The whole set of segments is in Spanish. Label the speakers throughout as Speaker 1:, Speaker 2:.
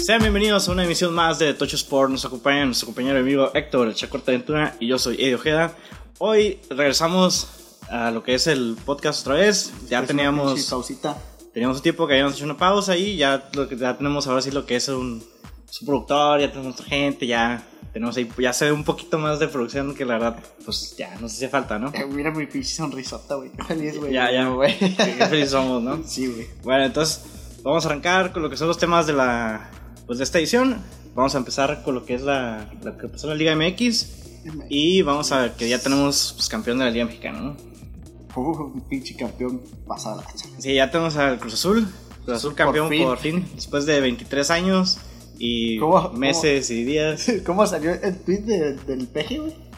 Speaker 1: Sean bienvenidos a una emisión más de Tocho Sport. Nos acompaña nuestro compañero y amigo Héctor, el Chaco Aventura, y yo soy Eddie Ojeda. Hoy regresamos a lo que es el podcast otra vez. Ya
Speaker 2: Es una pinche
Speaker 1: teníamos,
Speaker 2: pausita.
Speaker 1: teníamos un tiempo que habíamos hecho una pausa y ya, lo que, ya tenemos ahora sí lo que es un, es un productor, ya tenemos otra gente, ya tenemos ahí, ya se ve un poquito más de producción que la verdad, pues ya nos hacía falta, ¿no?
Speaker 2: Eh, mira mi pinche sonrisota, güey. Qué feliz, güey.
Speaker 1: Ya, ya,
Speaker 2: güey.
Speaker 1: Qué qué felices somos, ¿no?
Speaker 2: Sí, güey.
Speaker 1: Bueno, entonces vamos a arrancar con lo que son los temas de la pues de esta edición. Vamos a empezar con lo que es la lo que pasó en la Liga MX y vamos a ver que ya tenemos pues, campeón de la Liga Mexicana, ¿no?
Speaker 2: Uf, un pinche campeón pasado la hacha.
Speaker 1: Sí, ya tenemos al Cruz Azul. Cruz Azul campeón por
Speaker 2: Por
Speaker 1: fin,
Speaker 2: fin.
Speaker 1: después de 23 años y
Speaker 2: ¿Cómo? ¿Cómo?
Speaker 1: meses y días.
Speaker 2: ¿Cómo salió el tweet de- del peje, güey?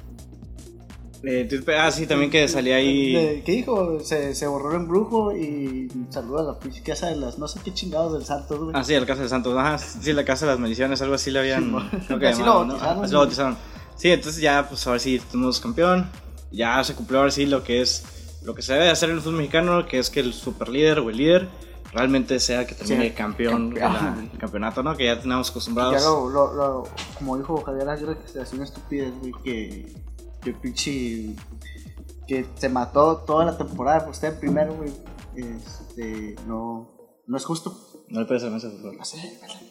Speaker 1: Eh, tú- ah, sí, también que salía ahí.
Speaker 2: De- ¿Qué dijo? Se, se borró el embrujo y saluda a la pinche casa de las no sé qué chingados del Santos, güey.
Speaker 1: Ah, sí, la Casa de Santos. Ajá, sí, la Casa de las Maldiciones, algo así le habían.
Speaker 2: Sí, mo.
Speaker 1: creo que
Speaker 2: Así lo
Speaker 1: llamaban, ¿no?
Speaker 2: bautizaron.
Speaker 1: Así lo bautizaron. Sí, entonces ya, pues ahora sí, tenemos campeón. Ya se cumplió ahora sí lo que es. Lo que se debe hacer en el fútbol mexicano, que es que el superlíder o el líder realmente sea el que termine
Speaker 2: Sí,
Speaker 1: campeón, de
Speaker 2: campeón.
Speaker 1: la- el campeonato, ¿no? Que ya tenemos acostumbrados.
Speaker 2: Ya lo, lo- lo- como dijo Javier Aguirre, que se hacía una estupidez, güey, que, que pinche. que se mató toda la temporada, pues usted primero, güey. Este, no, no es justo.
Speaker 1: No le puedes hacer más al fútbol.
Speaker 2: No sé, güey.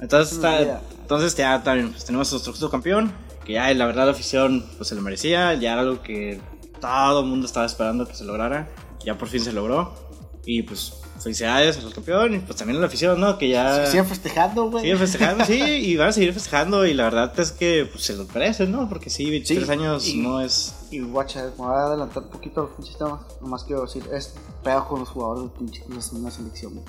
Speaker 1: Entonces,
Speaker 2: Mm,
Speaker 1: está-
Speaker 2: ya.
Speaker 1: entonces ya también pues, tenemos nuestro justo campeón, que ya la verdad la afición pues, se lo merecía, ya era algo que todo el mundo estaba esperando que se lograra, ya por fin se logró, y pues felicidades a los campeones, y pues también a la afición, ¿no? Que ya
Speaker 2: Sigue festejando, güey.
Speaker 1: siguen festejando, sí, y van a seguir festejando, y la verdad es que pues, se lo merecen, ¿no? Porque sí, 23
Speaker 2: Sí,
Speaker 1: años
Speaker 2: y-
Speaker 1: no es...
Speaker 2: Y guacha, me voy a adelantar un poquito a los pinches temas. Nomás quiero decir, es pedo con los jugadores del pinche Cruz Azul en la selección. güey.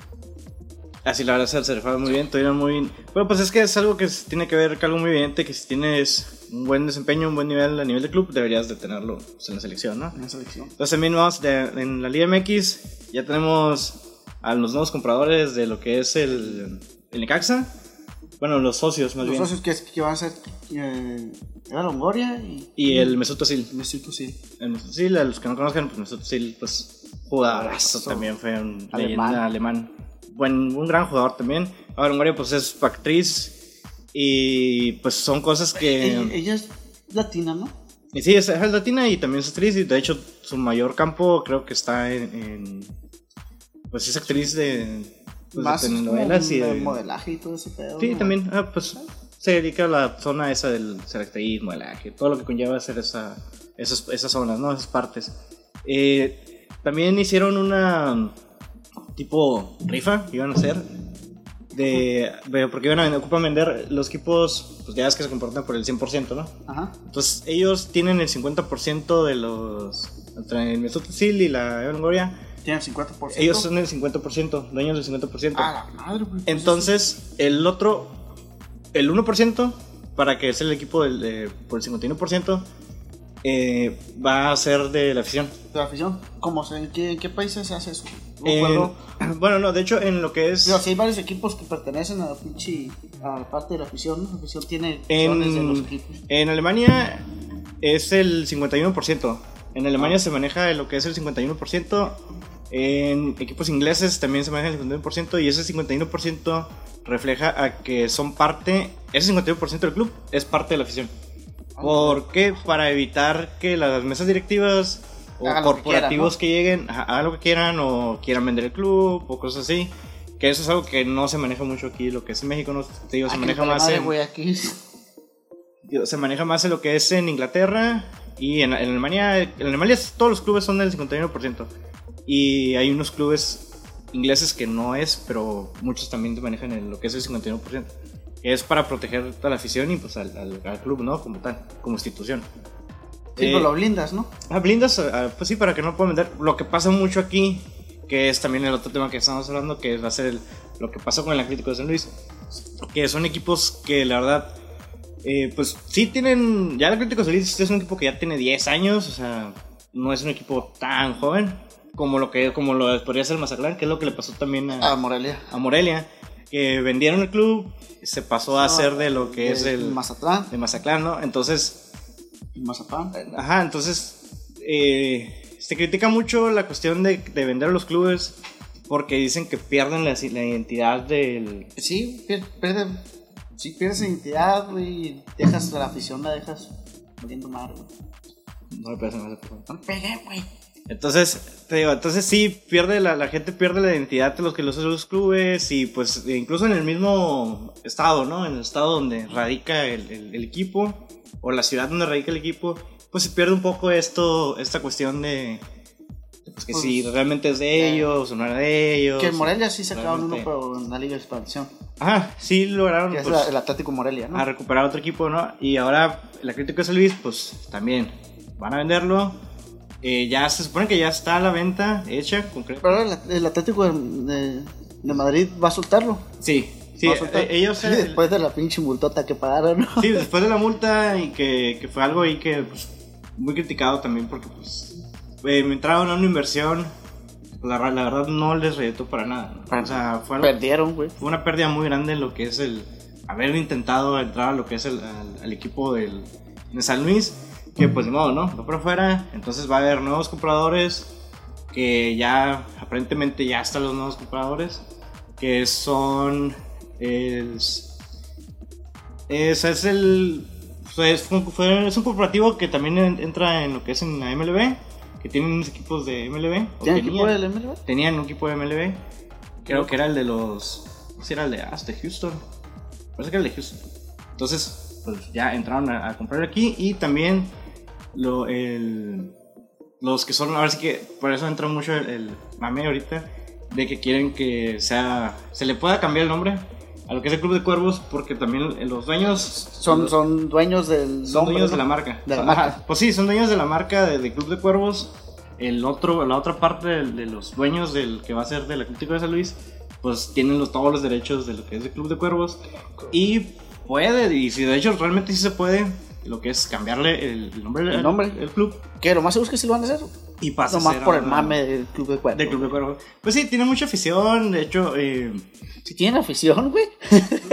Speaker 1: Así la verdad se se rifaron muy bien, tuvieron muy bien. Bueno, pues es que es algo que se tiene que ver, que algo muy evidente, que si tienes un buen desempeño, un buen nivel a nivel de club, deberías de tenerlo pues, en la selección, ¿no?
Speaker 2: En la selección.
Speaker 1: Entonces también vamos de- en la Liga MX, ya tenemos a los nuevos compradores de lo que es el, el Necaxa. Bueno, los socios más
Speaker 2: Los
Speaker 1: bien.
Speaker 2: socios que, es- que van a ser. Eh, era Longoria y.
Speaker 1: Y el Mesut Özil.
Speaker 2: Me siento sí.
Speaker 1: El Mesut Özil, a los que no conozcan, pues Mesut Özil, pues jugadorazo también, fue un
Speaker 2: Alemán.
Speaker 1: leyenda alemán. Buen, un gran jugador también. Ahora Mario pues es actriz y pues son cosas
Speaker 2: Ella,
Speaker 1: que...
Speaker 2: ella es latina, ¿no?
Speaker 1: y Sí, es, es latina y también es actriz y de hecho su mayor campo creo que está en... en- pues es actriz de... Pues,
Speaker 2: Más
Speaker 1: de
Speaker 2: como
Speaker 1: telenovelas y
Speaker 2: de
Speaker 1: de-
Speaker 2: modelaje y todo ese pedo.
Speaker 1: Sí,
Speaker 2: ¿no?
Speaker 1: también, ah, pues se dedica a la zona esa del selectivismo, modelaje, todo lo que conlleva hacer esa, esas, esas zonas, ¿no? Esas partes. Eh, también hicieron una tipo rifa, iban a hacer, de, de- porque iban a vender, ocupan vender los equipos, pues ya ves que se comportan por el 100%, ¿no?
Speaker 2: Ajá.
Speaker 1: Entonces ellos tienen el 50% de los, entre el Mesut Özil y la Eva Longoria,
Speaker 2: Tiene el 50%.
Speaker 1: ellos son el 50%, dueños del 50%.
Speaker 2: A la madre, güey. Pues,
Speaker 1: Entonces, el otro, el 1%, para que sea el equipo del, de- por el 51%, eh, va a ser de la afición.
Speaker 2: De la afición. ¿Cómo se, en, qué, ¿En qué países se hace eso? No me
Speaker 1: En-
Speaker 2: acuerdo.
Speaker 1: bueno, no, de hecho, en lo que es.
Speaker 2: Pero sí hay varios equipos que pertenecen a la pinche. a la parte de la afición. ¿no? La afición tiene. acciones de los
Speaker 1: En,
Speaker 2: equipos.
Speaker 1: en Alemania es el 51%. En
Speaker 2: Ah.
Speaker 1: Alemania se maneja lo que es el 51%. En equipos ingleses también se maneja el 51%. Y ese 51% refleja a que son parte. Ese 51% del club es parte de la afición.
Speaker 2: Ah,
Speaker 1: ¿Por qué? Para evitar que las mesas directivas o
Speaker 2: Hagan lo que
Speaker 1: corporativos que, lleguen ajá, hagan lo que quieran o quieran vender el club o cosas así. Que eso es algo que no se maneja mucho aquí, lo que es en México, no te digo, se
Speaker 2: Aquí
Speaker 1: maneja
Speaker 2: Ah, vale
Speaker 1: más
Speaker 2: madre,
Speaker 1: en,
Speaker 2: güey, aquí.
Speaker 1: digo, se maneja más en lo que es en Inglaterra y en, en Alemania. En Alemania todos los clubes son del 51%. Y hay unos clubes ingleses que no es, pero muchos también manejan el- lo que es el 51%. Que es para proteger a la afición y pues al, al- al club, ¿no? Como tal, como institución.
Speaker 2: Sí,
Speaker 1: Eh,
Speaker 2: pero lo blindas, ¿no?
Speaker 1: Ah, blindas, ah, pues sí, para que no puedan vender. Lo que pasa mucho aquí, que es también el otro tema que estamos hablando, que va a ser el- lo que pasó con el Atlético de San Luis. Que son equipos que la verdad, eh, pues sí tienen. Ya el Atlético de San Luis es un equipo que ya tiene 10 años, o sea, no es un equipo tan joven como lo que como lo podría ser Mazatlán, que es lo que le pasó también
Speaker 2: A
Speaker 1: a,
Speaker 2: Morelia.
Speaker 1: a Morelia, que vendieron el club, se pasó a hacer de lo que es el
Speaker 2: Eh, Mazatlán.
Speaker 1: de Mazatlán, ¿no? Entonces,
Speaker 2: El Mazapán.
Speaker 1: Ajá, eh, entonces eh, se critica mucho la cuestión de, de vender a los clubes porque dicen que pierden la, la identidad del...
Speaker 2: Sí, pier- pierde, sí, pierdes identidad, güey, y dejas la afición, la dejas muriendo mal, güey.
Speaker 1: No me parece más de-
Speaker 2: No me pegué, güey.
Speaker 1: Entonces, te digo, entonces sí, pierde la, la gente pierde la identidad de los que los hacen los clubes y pues incluso en el mismo estado, ¿no? En el estado donde radica el, el- el equipo o la ciudad donde radica el equipo, pues se pierde un poco esto, esta cuestión de de, pues, que
Speaker 2: Pues,
Speaker 1: si realmente es de
Speaker 2: eh,
Speaker 1: ellos o no era de ellos.
Speaker 2: Que en Morelia sí sacaron uno,
Speaker 1: Realmente.
Speaker 2: pero en la Liga de Expansión.
Speaker 1: Ajá, Ah, sí lograron
Speaker 2: Que es
Speaker 1: pues,
Speaker 2: la- el Atlético Morelia, ¿no?
Speaker 1: a recuperar otro equipo, ¿no? Y ahora la crítica de San Luis, pues también van a venderlo. Eh, ya se supone que ya está a la venta hecha, concreta.
Speaker 2: Pero ahora el, el Atlético de, de- de Madrid va a soltarlo.
Speaker 1: Sí, sí,
Speaker 2: va a soltar.
Speaker 1: eh, ellos
Speaker 2: Sí,
Speaker 1: eh, sí, después...
Speaker 2: después de la pinche multota que pagaron, ¿no?
Speaker 1: de la multa y que, que fue algo ahí que pues, muy criticado también porque pues eh, me entraron a una inversión, pues, la, ra- la verdad no les retó para nada. ¿no?
Speaker 2: Para
Speaker 1: O sea, fue, algo-
Speaker 2: Perdieron, güey.
Speaker 1: fue una pérdida muy grande lo que es el haber intentado entrar a lo que es el al, al equipo del, de San Luis, que pues ni modo, ¿no? Va para afuera, entonces va a haber nuevos compradores, que ya aparentemente ya están los nuevos compradores, que son el... Es, es el... fue- es un, fue- es un corporativo que también en- entra en lo que es en la MLB, que tienen unos equipos de MLB. o
Speaker 2: ¿Tiene
Speaker 1: tenían
Speaker 2: equipo del MLB?
Speaker 1: tenían un equipo de MLB. Creo que era el de los. Si era el de. Ah, es de Houston. Parece que era el de Houston. Entonces, pues ya entraron a, a comprar aquí. Y también lo, el- los que son. Ahora sí que por eso entra mucho el, el mame ahorita. De que quieren que sea. Se le pueda cambiar el nombre a lo que es el Club de Cuervos. Porque también los dueños.
Speaker 2: Son, son dueños del
Speaker 1: Son
Speaker 2: nombre,
Speaker 1: dueños de
Speaker 2: ¿no?
Speaker 1: la marca.
Speaker 2: De la
Speaker 1: Son-
Speaker 2: marca.
Speaker 1: ajá, Pues sí, son dueños de la marca de, de Club de Cuervos. El otro, la otra parte del- de, los dueños del que va a ser del Atlético de San Luis, pues tienen los, todos los derechos de lo que es el Club de Cuervos. Y puede, y si de hecho realmente sí se puede, lo que es cambiarle el, el nombre,
Speaker 2: El
Speaker 1: del-
Speaker 2: nombre.
Speaker 1: del club
Speaker 2: Que lo más seguro es que sí lo van a hacer.
Speaker 1: y pasa a
Speaker 2: Nomás
Speaker 1: ser
Speaker 2: por el
Speaker 1: ahora
Speaker 2: mame del Club de Cuervos.
Speaker 1: del Club de Cuervos. Pues sí, tiene mucha afición, de hecho. eh,
Speaker 2: Si tienen afición, güey.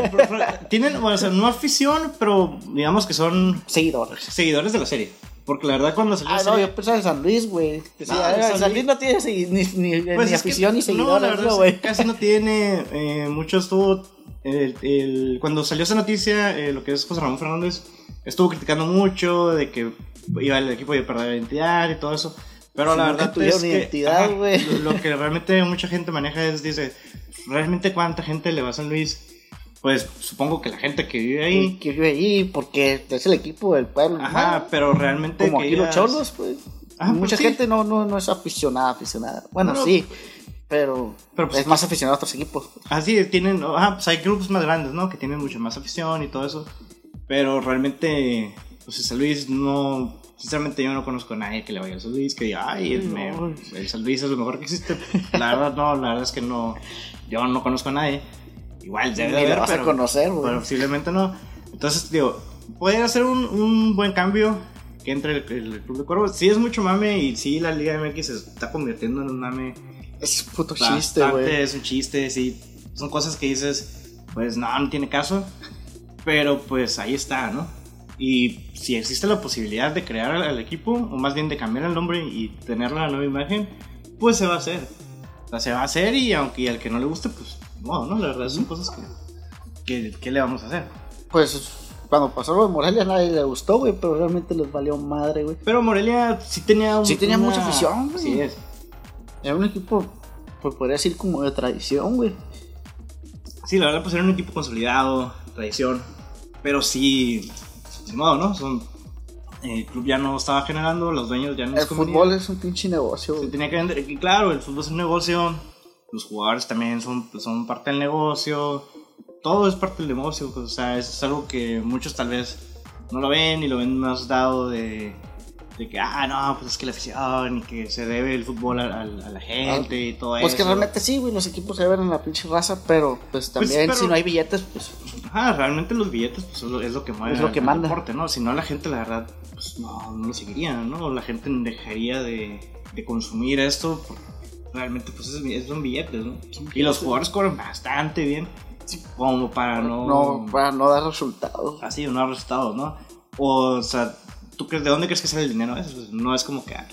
Speaker 1: pro- pro- tienen, bueno, o sea, no afición, pero digamos que son
Speaker 2: Seguidores.
Speaker 1: seguidores de la serie. Porque la verdad, cuando salió
Speaker 2: Ah,
Speaker 1: la
Speaker 2: no,
Speaker 1: serie-
Speaker 2: yo pensaba en San Luis, güey.
Speaker 1: No,
Speaker 2: Sí, ah,
Speaker 1: San
Speaker 2: San
Speaker 1: Luis-
Speaker 2: Luis no tiene segui- ni, ni, ni
Speaker 1: Pues es que
Speaker 2: afición ni
Speaker 1: No, la
Speaker 2: seguidores,
Speaker 1: verdad,
Speaker 2: no,
Speaker 1: sí,
Speaker 2: güey.
Speaker 1: casi no tiene. eh, mucho estuvo. el- el- cuando salió esa noticia, eh, lo que es José Ramón Fernández, estuvo criticando mucho de que iba el equipo a perder la identidad y todo eso. Pero
Speaker 2: Sí,
Speaker 1: la
Speaker 2: nunca
Speaker 1: verdad
Speaker 2: tuvieron
Speaker 1: es que,
Speaker 2: identidad,
Speaker 1: ajá,
Speaker 2: güey.
Speaker 1: lo lo que realmente mucha gente maneja es, dice, ¿realmente cuánta gente le va a San Luis? Pues supongo que la gente que vive ahí.
Speaker 2: Que vive ahí porque es el equipo del pueblo.
Speaker 1: Ajá,
Speaker 2: ¿no?
Speaker 1: pero realmente...
Speaker 2: Como
Speaker 1: que
Speaker 2: aquí los
Speaker 1: ellas-
Speaker 2: cholos, pues.
Speaker 1: Ah, pues
Speaker 2: Mucha
Speaker 1: sí.
Speaker 2: gente no, no, no es aficionada, aficionada. Bueno,
Speaker 1: No, no.
Speaker 2: sí, pero,
Speaker 1: Pero, pues,
Speaker 2: es más aficionado a otros equipos.
Speaker 1: Así es, tienen, ah, pues hay grupos más grandes, ¿no? Que tienen mucha más afición y todo eso. Pero realmente, pues el San Luis no, sinceramente yo no conozco a nadie que le vaya al San Luis, que diga, ay, el, me-
Speaker 2: No.
Speaker 1: el San Luis es lo mejor que existe. La verdad no, la verdad es que no, yo no conozco a nadie. Igual debe
Speaker 2: Ni
Speaker 1: de
Speaker 2: lo
Speaker 1: haber,
Speaker 2: vas
Speaker 1: pero,
Speaker 2: a conocer, güey.
Speaker 1: pero posiblemente no. Entonces, digo, podría ser un, un buen cambio que entre el, el Club de Cuervos. Sí es mucho mame y sí la Liga MX se está convirtiendo en un mame
Speaker 2: Es un puto
Speaker 1: Bastante,
Speaker 2: chiste, güey.
Speaker 1: Es un chiste, sí. Son cosas que dices, pues no, no tiene caso. Pero pues ahí está, ¿no? Y si existe la posibilidad de crear al, al equipo, o más bien de cambiar el nombre y tener la nueva imagen, pues se va a hacer. O sea, se va a hacer y aunque y al que no le guste, pues no, ¿no? La verdad son cosas que, que, ¿qué le vamos a hacer.
Speaker 2: Pues cuando pasó lo de Morelia a nadie le gustó, güey, pero realmente les valió madre, güey.
Speaker 1: Pero Morelia sí tenía un-
Speaker 2: Sí tenía mucha afición, güey.
Speaker 1: Sí es.
Speaker 2: Era un equipo, pues podría decir como de tradición, güey.
Speaker 1: Sí, la verdad, pues era un equipo consolidado, tradición. Pero sí, de modo, ¿no? Son, el club ya no estaba generando, los dueños ya no
Speaker 2: El
Speaker 1: les convenía.
Speaker 2: fútbol es un pinche negocio,
Speaker 1: Se
Speaker 2: güey.
Speaker 1: tenía que vender. Y claro, el fútbol es un negocio, los jugadores también son, pues, son parte del negocio, todo es parte del negocio. pues, o sea, es, es algo que muchos tal vez no lo ven y lo ven más dado de, de que, ah, no, pues es que la afición y que se debe el fútbol a, a- a la gente y todo eso.
Speaker 2: Ah, Pues que realmente sí, güey, los equipos se ven en la pinche raza, pero pues también
Speaker 1: pero-
Speaker 2: si no hay billetes, pues
Speaker 1: Ajá, Ah, realmente los billetes pues, es, lo, es lo que mueve
Speaker 2: Es lo
Speaker 1: al-
Speaker 2: que
Speaker 1: al
Speaker 2: manda.
Speaker 1: deporte, ¿no? Si no, la gente, la verdad, pues no, no lo seguiría, ¿no? La gente dejaría de, de consumir esto. porque Realmente, pues es, es- son billetes, ¿no? Y los jugadores cobran bastante bien. Como para no.
Speaker 2: no, para no dar resultados.
Speaker 1: Así, no arrestados, ¿no? O, sea, ¿tú crees de dónde crees que sale el dinero? Eso, pues, no es como que. ah,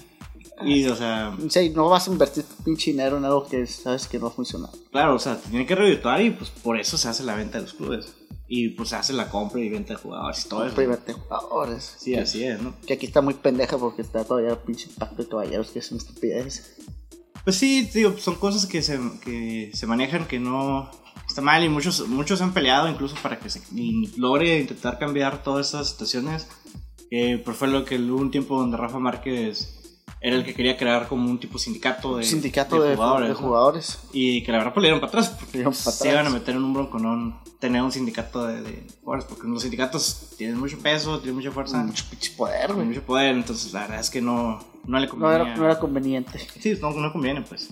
Speaker 1: Y, o sea,
Speaker 2: Sí, no vas a invertir tu pinche dinero en algo que sabes que no va a funcionar.
Speaker 1: claro, o sea, te tiene que revirtuar y pues por eso se hace la venta de los clubes. Y pues se hace la compra y venta de jugadores y todo eso.
Speaker 2: Private jugadores.
Speaker 1: Sí, así es, ¿no?
Speaker 2: Que aquí está muy pendeja porque está todavía el pinche pacto de caballeros que es una estupidez.
Speaker 1: Pues sí, te digo, son cosas que se, que se manejan que no está mal y muchos muchos han peleado incluso para que se in- logre intentar cambiar todas esas situaciones. Eh, pero fue lo que hubo un tiempo donde Rafa Márquez era el que quería crear como un tipo sindicato de,
Speaker 2: Sindicato de, de jugadores.
Speaker 1: ¿no? Y que la verdad pues le dieron para atrás porque
Speaker 2: Le dieron para
Speaker 1: se
Speaker 2: atrás.
Speaker 1: iban a meter en un bronconón tener un sindicato de, de jugadores porque los sindicatos tienen mucho peso, tienen mucha fuerza,
Speaker 2: Mucho pinche poder,
Speaker 1: tienen
Speaker 2: güey.
Speaker 1: mucho poder, entonces la verdad es que no, no le
Speaker 2: No
Speaker 1: convenía.
Speaker 2: era, no era conveniente.
Speaker 1: Sí, no, no conviene, pues.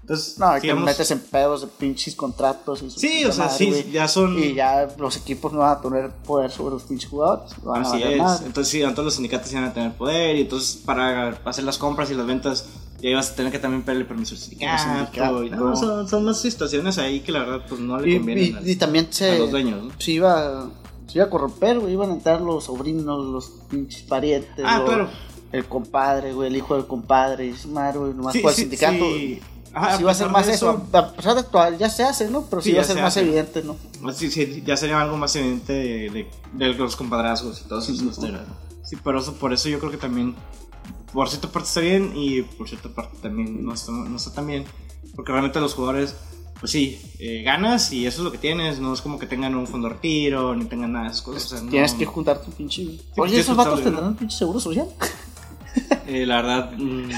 Speaker 1: Entonces,
Speaker 2: No, y te
Speaker 1: sigamos-
Speaker 2: metes en pedos de pinches contratos y su
Speaker 1: Sí,
Speaker 2: puta
Speaker 1: o sea,
Speaker 2: madre,
Speaker 1: sí,
Speaker 2: güey.
Speaker 1: ya son.
Speaker 2: Y ya los equipos no van a tener poder sobre los pinches jugadores. no van a
Speaker 1: así
Speaker 2: valer
Speaker 1: es.
Speaker 2: madre.
Speaker 1: Entonces, sí, entonces los sindicatos iban a tener poder. Y entonces, para hacer las compras y las ventas, ya ibas a tener que también pedirle permiso al
Speaker 2: Ah,
Speaker 1: sindicato.
Speaker 2: sindicato.
Speaker 1: y no, son, son unas situaciones ahí que la verdad, pues no le
Speaker 2: Y,
Speaker 1: convienen
Speaker 2: y-
Speaker 1: al-
Speaker 2: y también
Speaker 1: a
Speaker 2: se,
Speaker 1: los dueños. ¿no?
Speaker 2: se iba se iba a corromper, güey. Iban a entrar los sobrinos, los pinches parientes.
Speaker 1: Ah,
Speaker 2: lo-
Speaker 1: claro.
Speaker 2: El compadre, güey, el hijo del compadre. Y su madre, güey, nomás
Speaker 1: Sí,
Speaker 2: por el
Speaker 1: sí,
Speaker 2: sindicato.
Speaker 1: sí. Ajá,
Speaker 2: sí va a ser
Speaker 1: pesar
Speaker 2: más
Speaker 1: de
Speaker 2: eso, a pesar de actual ya se hace, ¿no? Pero sí,
Speaker 1: Sí,
Speaker 2: va a
Speaker 1: ya
Speaker 2: ser
Speaker 1: se
Speaker 2: más
Speaker 1: hace.
Speaker 2: evidente, ¿no?
Speaker 1: Pues Sí, sí, ya sería algo más evidente de, de- de los compadrazgos y todas esas
Speaker 2: Ujú.
Speaker 1: costeras. Sí, pero eso, por eso yo creo que también, por cierta parte está bien y por cierta parte también no está, no está tan bien. Porque realmente los jugadores, pues sí, eh, ganas y eso es lo que tienes. No es como que tengan un fondo de retiro ni tengan nada de esas cosas. o sea, no-
Speaker 2: Tienes que juntar tu pinche.
Speaker 1: pues,
Speaker 2: Oye,
Speaker 1: ya
Speaker 2: esos
Speaker 1: es
Speaker 2: vatos
Speaker 1: estable,
Speaker 2: tendrán un pinche seguro social.
Speaker 1: eh, la verdad. mm,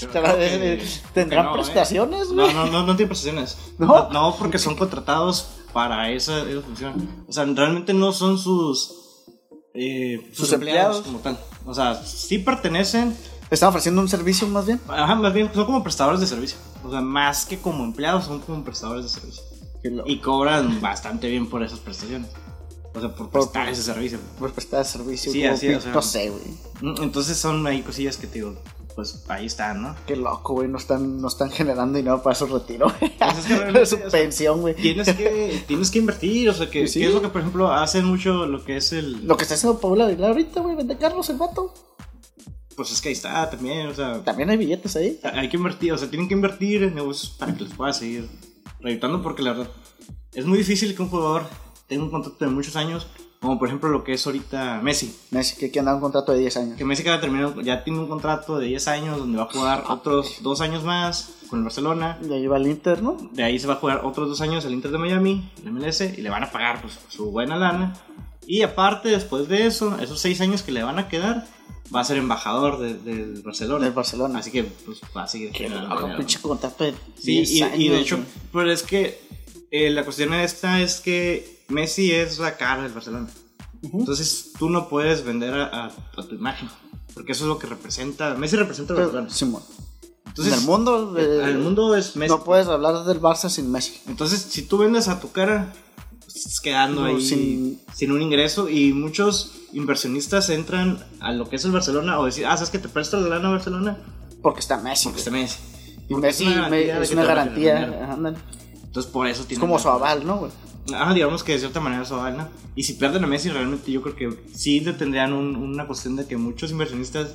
Speaker 1: yo
Speaker 2: Te van a
Speaker 1: creo que- creo
Speaker 2: decir,
Speaker 1: que
Speaker 2: Tendrán
Speaker 1: no, ¿eh?
Speaker 2: prestaciones, güey.
Speaker 1: No, no, no, no tiene prestaciones.
Speaker 2: ¿No?
Speaker 1: No, porque son contratados para esa, esa función. O sea, realmente no son sus, eh, sus,
Speaker 2: Sus empleados.
Speaker 1: empleados como tal. O sea, sí pertenecen,
Speaker 2: Te están ofreciendo un servicio más bien.
Speaker 1: ajá, más bien son como prestadores de servicio. O sea, más que como empleados, son como prestadores de servicio.
Speaker 2: Que lo-
Speaker 1: Y cobran bastante bien por esas prestaciones. O sea, por prestar ese servicio.
Speaker 2: Pues prestar servicio.
Speaker 1: Sí,
Speaker 2: como
Speaker 1: así es,
Speaker 2: pin-
Speaker 1: o sea.
Speaker 2: No sé, güey.
Speaker 1: Mm, Entonces son ahí cosillas que te digo, pues ahí están, ¿no?
Speaker 2: Qué loco, güey. No están, no están generando dinero para su retiro, güey.
Speaker 1: Pues es que
Speaker 2: Para
Speaker 1: realmente,
Speaker 2: su
Speaker 1: o sea,
Speaker 2: pensión, güey.
Speaker 1: Tienes que, tienes que invertir, o sea, que,
Speaker 2: Sí.
Speaker 1: que es lo que, por ejemplo, hacen mucho lo que es el...
Speaker 2: Lo que está haciendo Paula Aguilar ahorita, güey, vende Carlos el vato.
Speaker 1: Pues es que ahí está también, o sea,
Speaker 2: También hay billetes ahí.
Speaker 1: hay que invertir, o sea, tienen que invertir en negocios para que les pueda seguir reivindicando porque la verdad es muy difícil que un jugador tenga un contrato de muchos años, como por ejemplo lo que es ahorita Messi,
Speaker 2: Me dice que aquí anda un contrato de 10 años.
Speaker 1: que Messi acaba de terminar, ya tiene un contrato de 10 años donde va a jugar otros dos años más con el Barcelona,
Speaker 2: Y ahí va el Inter, ¿no?
Speaker 1: de ahí se va a jugar otros dos años el Inter de Miami, el MLS, y le van a pagar pues, su buena lana. Y aparte, después de eso, esos seis años que le van a quedar, va a ser embajador de- del Barcelona.
Speaker 2: Del Barcelona.
Speaker 1: Así que pues, va a seguir
Speaker 2: Qué
Speaker 1: generando
Speaker 2: loco,
Speaker 1: dinero.
Speaker 2: pinche contrato de
Speaker 1: Sí,
Speaker 2: 10
Speaker 1: y,
Speaker 2: años.
Speaker 1: y de hecho,
Speaker 2: güey.
Speaker 1: pero es que eh, la cuestión esta es que Messi es la cara del Barcelona.
Speaker 2: Ujú.
Speaker 1: Entonces tú no puedes vender a, a- a tu imagen. Porque eso es lo que representa. Messi representa al
Speaker 2: Pero,
Speaker 1: Barcelona.
Speaker 2: Simón.
Speaker 1: Entonces,
Speaker 2: en el mundo, eh,
Speaker 1: el mundo es Messi.
Speaker 2: no puedes hablar del Barça sin Messi.
Speaker 1: Entonces, si tú vendes a tu cara, pues, estás quedando
Speaker 2: No,
Speaker 1: ahí
Speaker 2: sin-
Speaker 1: sin... un ingreso y muchos inversionistas entran a lo que es el Barcelona o decir, ah, sabes que te presto la lana a Barcelona
Speaker 2: Porque está Messi.
Speaker 1: porque
Speaker 2: güey.
Speaker 1: está Messi.
Speaker 2: Y
Speaker 1: Porque
Speaker 2: Messi me- es una
Speaker 1: de que te van a
Speaker 2: garantía.
Speaker 1: generar dinero.
Speaker 2: ándale.
Speaker 1: Entonces, por eso
Speaker 2: Es
Speaker 1: tiene
Speaker 2: como su aval, ¿no, güey?
Speaker 1: Ah, digamos que de cierta manera eso va, ¿no? Y si pierden a Messi, realmente yo creo que sí le tendrían un- una cuestión de que muchos inversionistas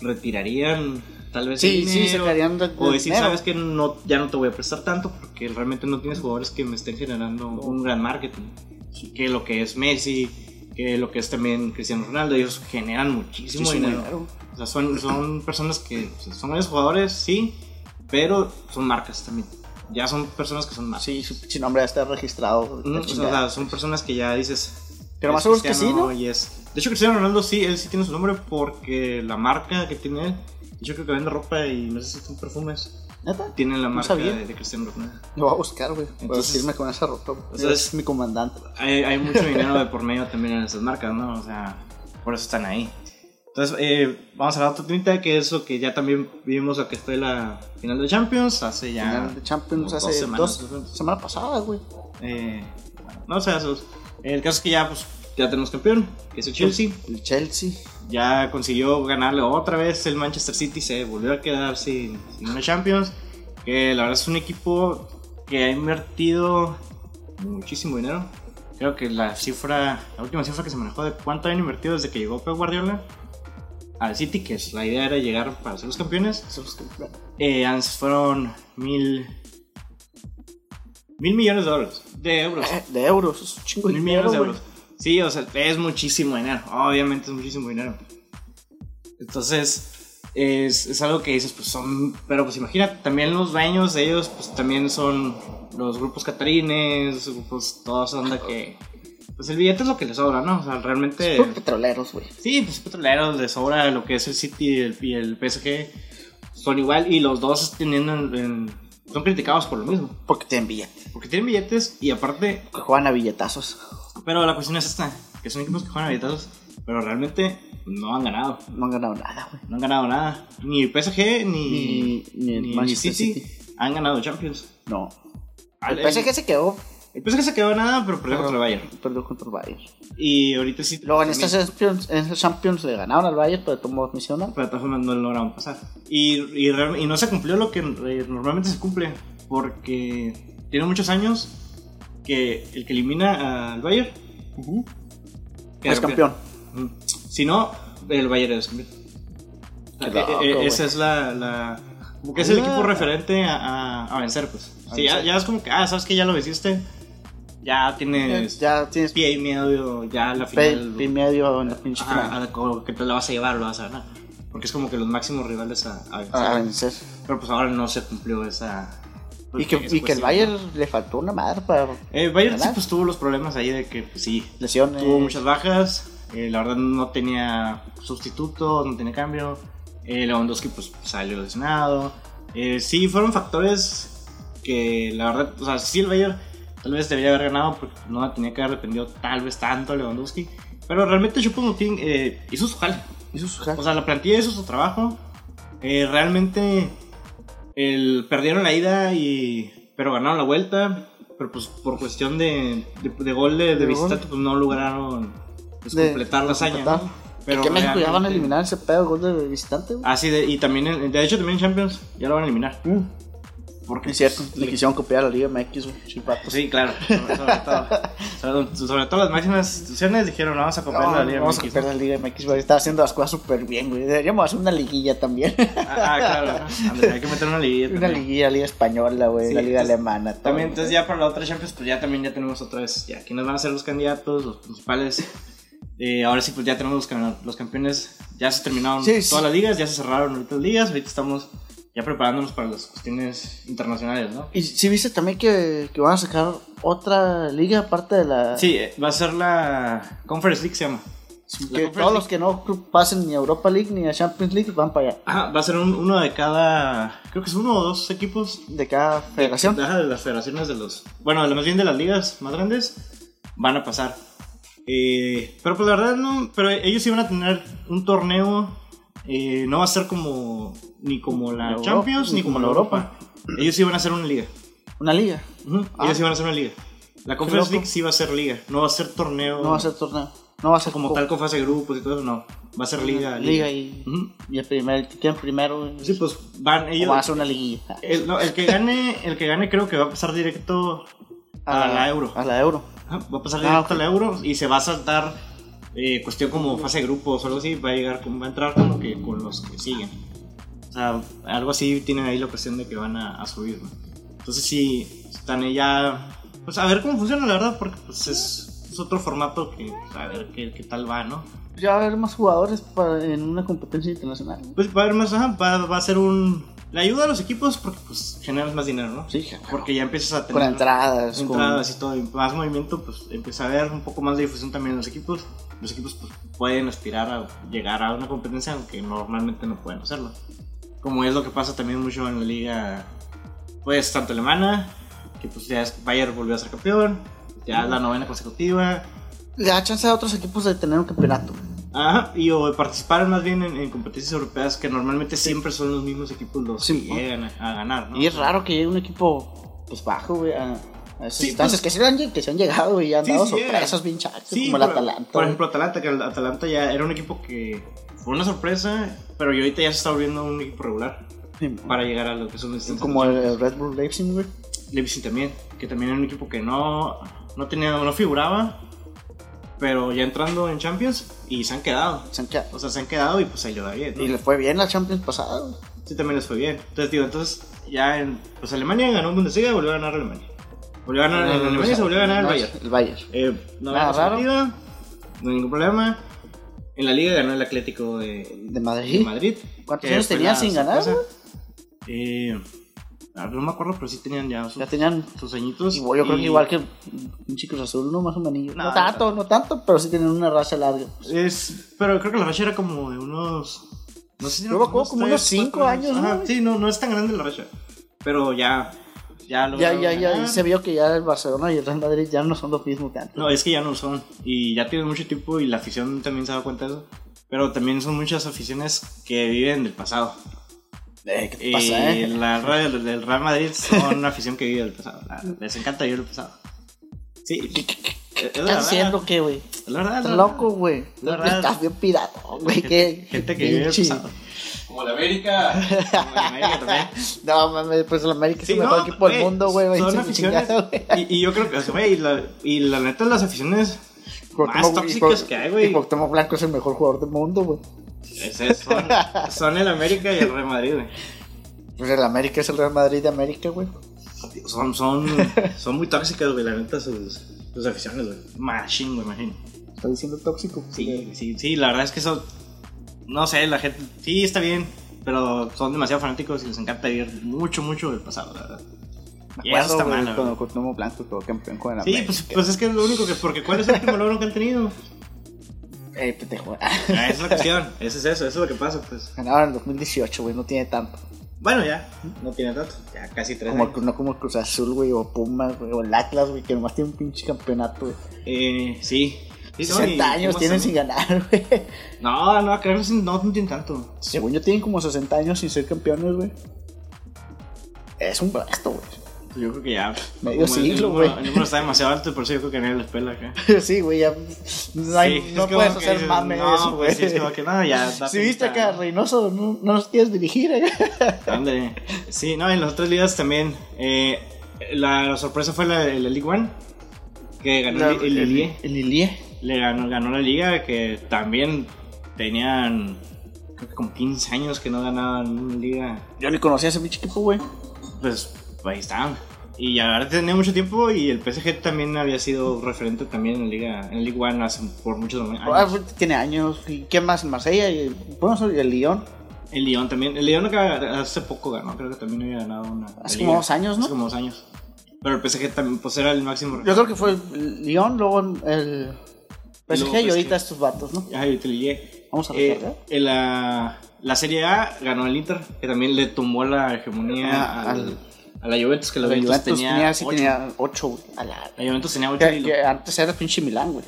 Speaker 1: retirarían tal vez
Speaker 2: Sí,
Speaker 1: el
Speaker 2: sí,
Speaker 1: Pues dinero,
Speaker 2: sacarían del-
Speaker 1: o
Speaker 2: del
Speaker 1: decir,
Speaker 2: dinero.
Speaker 1: sabes que no, ya no te voy a prestar tanto porque realmente no tienes jugadores que me estén generando un gran marketing. Que lo que es Messi, que lo que es también Cristiano Ronaldo, ellos generan muchísimo,
Speaker 2: Muchísimo
Speaker 1: dinero.
Speaker 2: dinero.
Speaker 1: O sea, son, son personas que o sea, son buenos jugadores, sí, pero son marcas también. Ya son personas que son marcas.
Speaker 2: Sí, su pinche nombre ya está registrado.
Speaker 1: Mm,
Speaker 2: la
Speaker 1: o sea,
Speaker 2: chingada.
Speaker 1: o sea, son personas que ya dices.
Speaker 2: Pero más
Speaker 1: es
Speaker 2: seguro es que sí,
Speaker 1: Cristiano
Speaker 2: ¿no?
Speaker 1: y es- De hecho, Cristiano Ronaldo sí, él sí tiene su nombre porque la marca que tiene él, yo creo que vende ropa y no sé si son perfumes,
Speaker 2: ¿Neta?
Speaker 1: tienen la marca
Speaker 2: sabía.
Speaker 1: de, de Cristiano Ronaldo.
Speaker 2: Lo voy a buscar, güey. Para
Speaker 1: Entonces-
Speaker 2: decirme con esa ropa. güey.
Speaker 1: O sea,
Speaker 2: es
Speaker 1: es-
Speaker 2: mi comandante.
Speaker 1: Hay, hay mucho dinero de por medio también en esas marcas, ¿no? O sea, por eso están ahí. Entonces, eh, vamos a la otra tinta que es lo que ya también vimos, lo que fue la final de Champions, hace ya.
Speaker 2: Final de Champions
Speaker 1: como
Speaker 2: hace
Speaker 1: dos
Speaker 2: dos,
Speaker 1: semanas.
Speaker 2: semana pasada, güey.
Speaker 1: Eh, bueno, no sé, esos- el caso es que ya, pues, ya tenemos campeón, que es el Chelsea.
Speaker 2: El Chelsea.
Speaker 1: Ya consiguió ganarle otra vez el Manchester City, se volvió a quedar sin, sin una Champions. Que la verdad es un equipo que ha invertido muchísimo dinero. Creo que la cifra, la última cifra que se manejó de cuánto han invertido desde que llegó Pep Guardiola al City, que es- la idea era llegar para ser los campeones. Eh, ans- fueron mil. Mil millones de dólares. De euros.
Speaker 2: Eh, De euros, es un chingo de
Speaker 1: Mil millones de
Speaker 2: dinero,
Speaker 1: euros. Sí, o sea, es muchísimo dinero. Obviamente es muchísimo dinero. Entonces, es, es algo que dices, pues son. Pero pues imagina, también los dueños de ellos, pues también son los grupos catarines, grupos, toda esa onda que. Pues el billete es lo que les sobra, ¿no? O sea, realmente.
Speaker 2: güey. Son petroleros, güey.
Speaker 1: Sí, pues petroleros les sobra lo que es el City y el, y el PSG. Son igual y los dos teniendo en- en- son criticados por lo mismo.
Speaker 2: Porque tienen billetes.
Speaker 1: Porque tienen billetes y aparte
Speaker 2: Que juegan a billetazos.
Speaker 1: pero la cuestión es esta, que son equipos que juegan abiertos, pero realmente no han ganado.
Speaker 2: No han ganado nada, güey.
Speaker 1: No han ganado nada. Ni el PSG, ni,
Speaker 2: Ni- ni el Manchester
Speaker 1: City,
Speaker 2: City.
Speaker 1: han ganado Champions.
Speaker 2: No.
Speaker 1: Al-
Speaker 2: El PSG se quedó.
Speaker 1: el PSG se quedó en nada, pero perdió contra el Bayern.
Speaker 2: Perdió contra el Bayern.
Speaker 1: Y ahorita sí.
Speaker 2: Luego en
Speaker 1: también,
Speaker 2: estas Champions, en estos Champions le ganaron al Bayern, pero de todos modos no hicieron nada.
Speaker 1: Pero de todas formas no lograron pasar. Y, y real- y no se cumplió lo que eh, normalmente se cumple, porque tiene muchos años que el que elimina al Bayern queda
Speaker 2: Es campeón.
Speaker 1: Mm. Si no, el Bayern es campeón.
Speaker 2: Qué
Speaker 1: Eh,
Speaker 2: loco,
Speaker 1: eh,
Speaker 2: güey.
Speaker 1: esa es la, la- Como que es el
Speaker 2: Ah.
Speaker 1: equipo referente a, a- a vencer, pues.
Speaker 2: A
Speaker 1: Sí, ya,
Speaker 2: vencer.
Speaker 1: ya es como que, ah, sabes que ya lo venciste. Ya tienes
Speaker 2: Ya tienes
Speaker 1: pie y medio, ya la
Speaker 2: pe-
Speaker 1: final.
Speaker 2: y medio en la pinche
Speaker 1: ajá, ah, a
Speaker 2: final.
Speaker 1: la- como que te la vas a llevar, lo vas a ganar. Porque es como que los máximos rivales a, a vencer.
Speaker 2: A vencer.
Speaker 1: Pero pues ahora no se cumplió esa.
Speaker 2: Y que,
Speaker 1: esa
Speaker 2: y que
Speaker 1: cuestión.
Speaker 2: el Bayern le faltó una madre para
Speaker 1: Eh, Bayern sí,
Speaker 2: ¿Verdad?
Speaker 1: pues tuvo los problemas ahí de que, pues sí,
Speaker 2: lesiones.
Speaker 1: Tuvo muchas bajas, eh, la verdad no tenía sustituto, no tenía cambio. Eh, Lewandowski pues salió lesionado. Eh, sí, fueron factores que la verdad, o sea, sí el Bayern tal vez debería haber ganado porque no tenía que haber dependido tal vez tanto de Lewandowski. Pero realmente Choupo-Moting eh, hizo su jale.
Speaker 2: Hizo su hack.
Speaker 1: O sea, la plantilla hizo su trabajo. Eh, realmente el, perdieron la ida y pero ganaron la vuelta. Pero pues por cuestión de, de, de gol de, de
Speaker 2: De gol.
Speaker 1: visitante, pues no lograron pues,
Speaker 2: De-
Speaker 1: completar la hazaña.
Speaker 2: completar.
Speaker 1: ¿no?
Speaker 2: Y que México ya van a
Speaker 1: realmente-
Speaker 2: eliminar ese pedo de gol de visitante, güey.
Speaker 1: Ah, sí, de, y también, en- de hecho, también en Champions ya lo van a eliminar.
Speaker 2: Mm.
Speaker 1: Porque
Speaker 2: Es cierto, le quisieron copiar a la Liga MX, güey. chivatos.
Speaker 1: Sí, claro. Sobre, sobre todo, sobre, sobre todo las máximas instituciones dijeron, vamos a
Speaker 2: No,
Speaker 1: copiar la Liga
Speaker 2: vamos a
Speaker 1: MX".
Speaker 2: copiar la Liga MX, güey. Está haciendo las cosas súper bien, güey. Deberíamos hacer una liguilla también.
Speaker 1: Ah, ah, claro. Ándale, hay que meter una liguilla.
Speaker 2: una
Speaker 1: también.
Speaker 2: liguilla, Liga Española, güey.
Speaker 1: Sí,
Speaker 2: la Liga
Speaker 1: entonces,
Speaker 2: Alemana. todo,
Speaker 1: También,
Speaker 2: güey.
Speaker 1: entonces ya para la otra Champions, pues ya también ya tenemos otra vez, ya quiénes van a ser los candidatos, los principales. Eh, ahora sí, pues ya tenemos los, cam- los campeones, ya se terminaron
Speaker 2: Sí, sí.
Speaker 1: todas las ligas, ya se cerraron ahorita las ligas, ahorita estamos ya preparándonos para las cuestiones internacionales, ¿no?
Speaker 2: Y si viste también que, que van a sacar otra liga aparte de la...
Speaker 1: Sí, eh, va a ser la Conference League, se llama. la
Speaker 2: Que
Speaker 1: Conference
Speaker 2: todos los que no pasen ni a Europa League ni a Champions League van para allá.
Speaker 1: Ajá, va a ser un- uno de cada, creo que es uno o dos equipos
Speaker 2: De cada federación.
Speaker 1: Ajá, de las federaciones de los. Bueno, de- más bien de las ligas más grandes van a pasar. Eh, pero pues la verdad no. Pero ellos sí van a tener un torneo. eh, no va a ser como. Ni como la
Speaker 2: Euro-
Speaker 1: Champions, ni como la Europa. Ellos sí van a hacer una liga.
Speaker 2: Una liga.
Speaker 1: Ujú,
Speaker 2: Ah.
Speaker 1: Ellos sí van a hacer una liga. La Conference
Speaker 2: loco.
Speaker 1: League sí va a ser liga. No va a ser torneo.
Speaker 2: No va a ser torneo. No va a ser
Speaker 1: Como tal con fase de grupos y todo eso, no. Va a ser liga.
Speaker 2: Liga y,
Speaker 1: Ujú.
Speaker 2: y el primer, el que quede primero. güey.
Speaker 1: Sí, pues van
Speaker 2: O
Speaker 1: ellos.
Speaker 2: va a ser una liguilla.
Speaker 1: El, no, el que gane, el que gane creo que va a pasar directo a, la Euro.
Speaker 2: A la euro.
Speaker 1: Ajá, Va a pasar
Speaker 2: Ah,
Speaker 1: directo
Speaker 2: ok.
Speaker 1: al euro y se va a saltar eh, cuestión como fase de grupos o algo así. Va a llegar, con- va a entrar como que con los que siguen. O sea, algo así tienen ahí la cuestión de que van a, a subir. ¿no? Entonces, sí, están ahí ya. Pues a ver cómo funciona, la verdad, porque pues, es, es otro formato que pues, a ver qué, qué tal va, ¿no?
Speaker 2: Ya va a haber más jugadores para- en una competencia internacional.
Speaker 1: Pues va a haber más, ajá, va, va a ser un. La ayuda a los equipos porque pues generas más dinero, ¿no?
Speaker 2: Sí, ja,
Speaker 1: Porque ya empiezas a tener.
Speaker 2: con entradas. con-
Speaker 1: entradas y todo, y más movimiento, pues empieza a haber un poco más de difusión también en los equipos. Los equipos pues, pueden aspirar a llegar a una competencia, aunque normalmente no pueden hacerlo. Como es lo que pasa también mucho en la liga, pues tanto alemana, que pues ya es- Bayern volvió a ser campeón, ya es la novena consecutiva,
Speaker 2: Le da Pues, chance a otros equipos de tener un campeonato.
Speaker 1: Ajá, y o participar más bien en, en competencias europeas que normalmente siempre son los mismos equipos los
Speaker 2: Sí,
Speaker 1: que
Speaker 2: ¿no?
Speaker 1: llegan a, a ganar, ¿no?
Speaker 2: Y es raro que llegue un equipo pues bajo, güey, a, a esas
Speaker 1: Sí, pues-
Speaker 2: instancias que, se han, lle- que se han llegado, güey, y han
Speaker 1: Sí,
Speaker 2: dado
Speaker 1: sí eh.
Speaker 2: sorpresas bien chachas,
Speaker 1: Sí,
Speaker 2: como el
Speaker 1: por,
Speaker 2: Atalanta.
Speaker 1: Por
Speaker 2: güey.
Speaker 1: ejemplo, Atalanta, que el Atalanta ya era un equipo que fue una sorpresa, pero y ahorita ya se está volviendo un equipo regular
Speaker 2: Sí, mo-
Speaker 1: para llegar a lo que son los distintos.
Speaker 2: como el, el Red Bull Leipzig, güey.
Speaker 1: Leipzig también, que también era un equipo que no, no tenía, no figuraba, Pero ya entrando en Champions y se han quedado.
Speaker 2: Se han quedado.
Speaker 1: O sea, se han quedado y pues ahí le va bien. ¿no?
Speaker 2: Y le fue bien la Champions pasada, güey.
Speaker 1: Sí, también les fue bien. Entonces, digo, entonces ya en, pues Alemania ganó Bundesliga y volvió a ganar Alemania. Volvió a ganar en
Speaker 2: No,
Speaker 1: Alemania, se volvió a ganar el
Speaker 2: Ah, no,
Speaker 1: Bayern.
Speaker 2: El Bayern.
Speaker 1: Eh, no
Speaker 2: Nada
Speaker 1: ganó
Speaker 2: raro.
Speaker 1: partida, no hay ningún problema. En la liga ganó el Atlético de,
Speaker 2: De
Speaker 1: de
Speaker 2: Madrid.
Speaker 1: Madrid.
Speaker 2: ¿Cuántos
Speaker 1: que
Speaker 2: años
Speaker 1: fue
Speaker 2: tenía
Speaker 1: la
Speaker 2: sin ganar,
Speaker 1: sorpresa. Eh, ah, no me acuerdo, pero sí tenían ya sus,
Speaker 2: Ya tenían.
Speaker 1: sus añitos.
Speaker 2: Igual, yo creo
Speaker 1: y-
Speaker 2: que igual que un chico azul, no más o menos. No,
Speaker 1: No, no
Speaker 2: tanto, no tanto, pero sí tienen una racha larga.
Speaker 1: Es, pero creo que la racha era como de unos. No sé si
Speaker 2: Yo
Speaker 1: eran
Speaker 2: me acuerdo como unos
Speaker 1: tres,
Speaker 2: cinco
Speaker 1: cuatro
Speaker 2: años, ¿no?
Speaker 1: Ajá, sí, no, no es tan grande la racha. Pero ya. Ya lo.
Speaker 2: Ya, ya, ya, y se vio que ya el Barcelona y el Real Madrid ya no son lo mismo que antes.
Speaker 1: No, es que ya no son. Y ya tienen mucho tiempo y la afición también se ha dado cuenta de eso. Pero también son muchas aficiones que viven del pasado.
Speaker 2: Eh, ¿Qué te
Speaker 1: Y
Speaker 2: pasa, eh?
Speaker 1: la radio del del Real Madrid son una afición que vive del pasado. La- Les encanta vivir del pasado. Sí. es
Speaker 2: ¿Qué
Speaker 1: la verdad,
Speaker 2: estás haciendo, qué, güey?
Speaker 1: es la verdad, es
Speaker 2: Estás
Speaker 1: la
Speaker 2: loco, güey.
Speaker 1: La verdad.
Speaker 2: Estás bien pirata, güey. Qué,
Speaker 1: Gente, gente que vive pues, del
Speaker 2: pinche-
Speaker 1: pasado.
Speaker 3: Como la América.
Speaker 1: Como en América también.
Speaker 2: No, mames, pues el América es
Speaker 1: Sí,
Speaker 2: el mejor
Speaker 1: no,
Speaker 2: equipo del
Speaker 1: güey,
Speaker 2: mundo, güey. vete a
Speaker 1: Son
Speaker 2: la
Speaker 1: aficiones.
Speaker 2: chingada, güey.
Speaker 1: Y, y yo creo que, o sea, güey, y la, y la neta, las aficiones
Speaker 2: Cuauhtémoc-
Speaker 1: tóxicas que hay, güey.
Speaker 2: Y Cuauhtémoc Blanco es el mejor jugador del mundo, güey.
Speaker 1: es- es- son, son el América y el Real Madrid, güey.
Speaker 2: Pues el América es el Real Madrid de América, güey.
Speaker 1: Son, son, son muy tóxicas, güey, la neta, sus, sus aficiones, güey. Machine, güey, machine.
Speaker 2: Está diciendo tóxico. pues,
Speaker 1: Sí, sí, sí, la verdad es que eso. No sé, la gente. Sí, está bien, pero son demasiado fanáticos y les encanta ir mucho, mucho del pasado, la verdad.
Speaker 2: Me
Speaker 1: Y eso
Speaker 2: acuerdo,
Speaker 1: está
Speaker 2: güey,
Speaker 1: mal, la
Speaker 2: cuando
Speaker 1: verdad.
Speaker 2: Cuauhtémoc Blanco quedó campeón con el
Speaker 1: Sí,
Speaker 2: América.
Speaker 1: pues, pues es que es lo único que. Porque ¿cuál es el último logro que han tenido? pues.
Speaker 2: Eh, pendejo.
Speaker 1: Ah, esa es la cuestión, eso es eso, eso es lo que pasa, pues.
Speaker 2: Ganaron en el 2018, güey, no tiene tanto.
Speaker 1: Bueno, ya, no tiene tanto, ya casi tres
Speaker 2: Como,
Speaker 1: años.
Speaker 2: no como el Cruz Azul, güey, o Pumas, güey, o el Atlas, güey, que nomás tiene un pinche campeonato, güey.
Speaker 1: Eh, sí. Sí, no,
Speaker 2: 60
Speaker 1: y-
Speaker 2: años
Speaker 1: ¿cómo
Speaker 2: tienen
Speaker 1: se-
Speaker 2: sin ganar, güey.
Speaker 1: No, no, creo que sí, no, no tienen tanto.
Speaker 2: Según yo, tienen como 60 años sin ser campeones, güey. Es un brasto, güey.
Speaker 1: Yo creo que ya.
Speaker 2: Medio
Speaker 1: como el-
Speaker 2: siglo,
Speaker 1: el número-
Speaker 2: güey.
Speaker 1: El número está demasiado alto, por eso yo creo que nadie les pela acá.
Speaker 2: Sí, güey, ya. No, hay,
Speaker 1: Sí,
Speaker 2: no
Speaker 1: es que
Speaker 2: puedes
Speaker 1: como que
Speaker 2: hacer
Speaker 1: dices,
Speaker 2: mame de
Speaker 1: no,
Speaker 2: eso, güey.
Speaker 1: pues sí, es como que no, ya. da
Speaker 2: si viste que
Speaker 1: penita.
Speaker 2: a Reynoso no, no nos quieres dirigir, eh.
Speaker 1: Ándale. Sí, no, en las otras ligas también. eh, la, la sorpresa fue la, la League One, que ganó el, el Lille.
Speaker 2: El Ilie.
Speaker 1: le ganó, ganó la liga que también tenían creo que como 15 años que no ganaban una liga.
Speaker 2: Yo ni conocía a ese pinche equipo, güey.
Speaker 1: Pues ahí estaban. Y ya ahora tenía mucho tiempo y el PSG también había sido referente también en la liga, en la Ligue One hace por muchos
Speaker 2: Ah,
Speaker 1: años.
Speaker 2: güey, tiene años. ¿Y qué más? Marsella y bueno, soy el Lyon.
Speaker 1: El Lyon también, el Lyon acá hace poco ganó, creo que también había ganado una
Speaker 2: Hace
Speaker 1: liga.
Speaker 2: como dos años,
Speaker 1: Hace
Speaker 2: ¿no?
Speaker 1: como dos años. Pero el PSG también pues era el máximo.
Speaker 2: Yo creo que fue el Lyon, luego el PSG y
Speaker 1: PSG.
Speaker 2: ahorita estos vatos, ¿no?
Speaker 1: Ay, te lié.
Speaker 2: Vamos a
Speaker 1: Eh,
Speaker 2: recargar.
Speaker 1: en la, la Serie A ganó el Inter, que también le tumbó la hegemonía
Speaker 2: Ah,
Speaker 1: al-
Speaker 2: al-
Speaker 1: a la Juventus, que la,
Speaker 2: La
Speaker 1: Juventus,
Speaker 2: Juventus
Speaker 1: tenía,
Speaker 2: tenía, sí
Speaker 1: ocho.
Speaker 2: tenía 8, güey. A la...
Speaker 1: La Juventus tenía 8
Speaker 2: que, que antes era el pinche Milán, güey.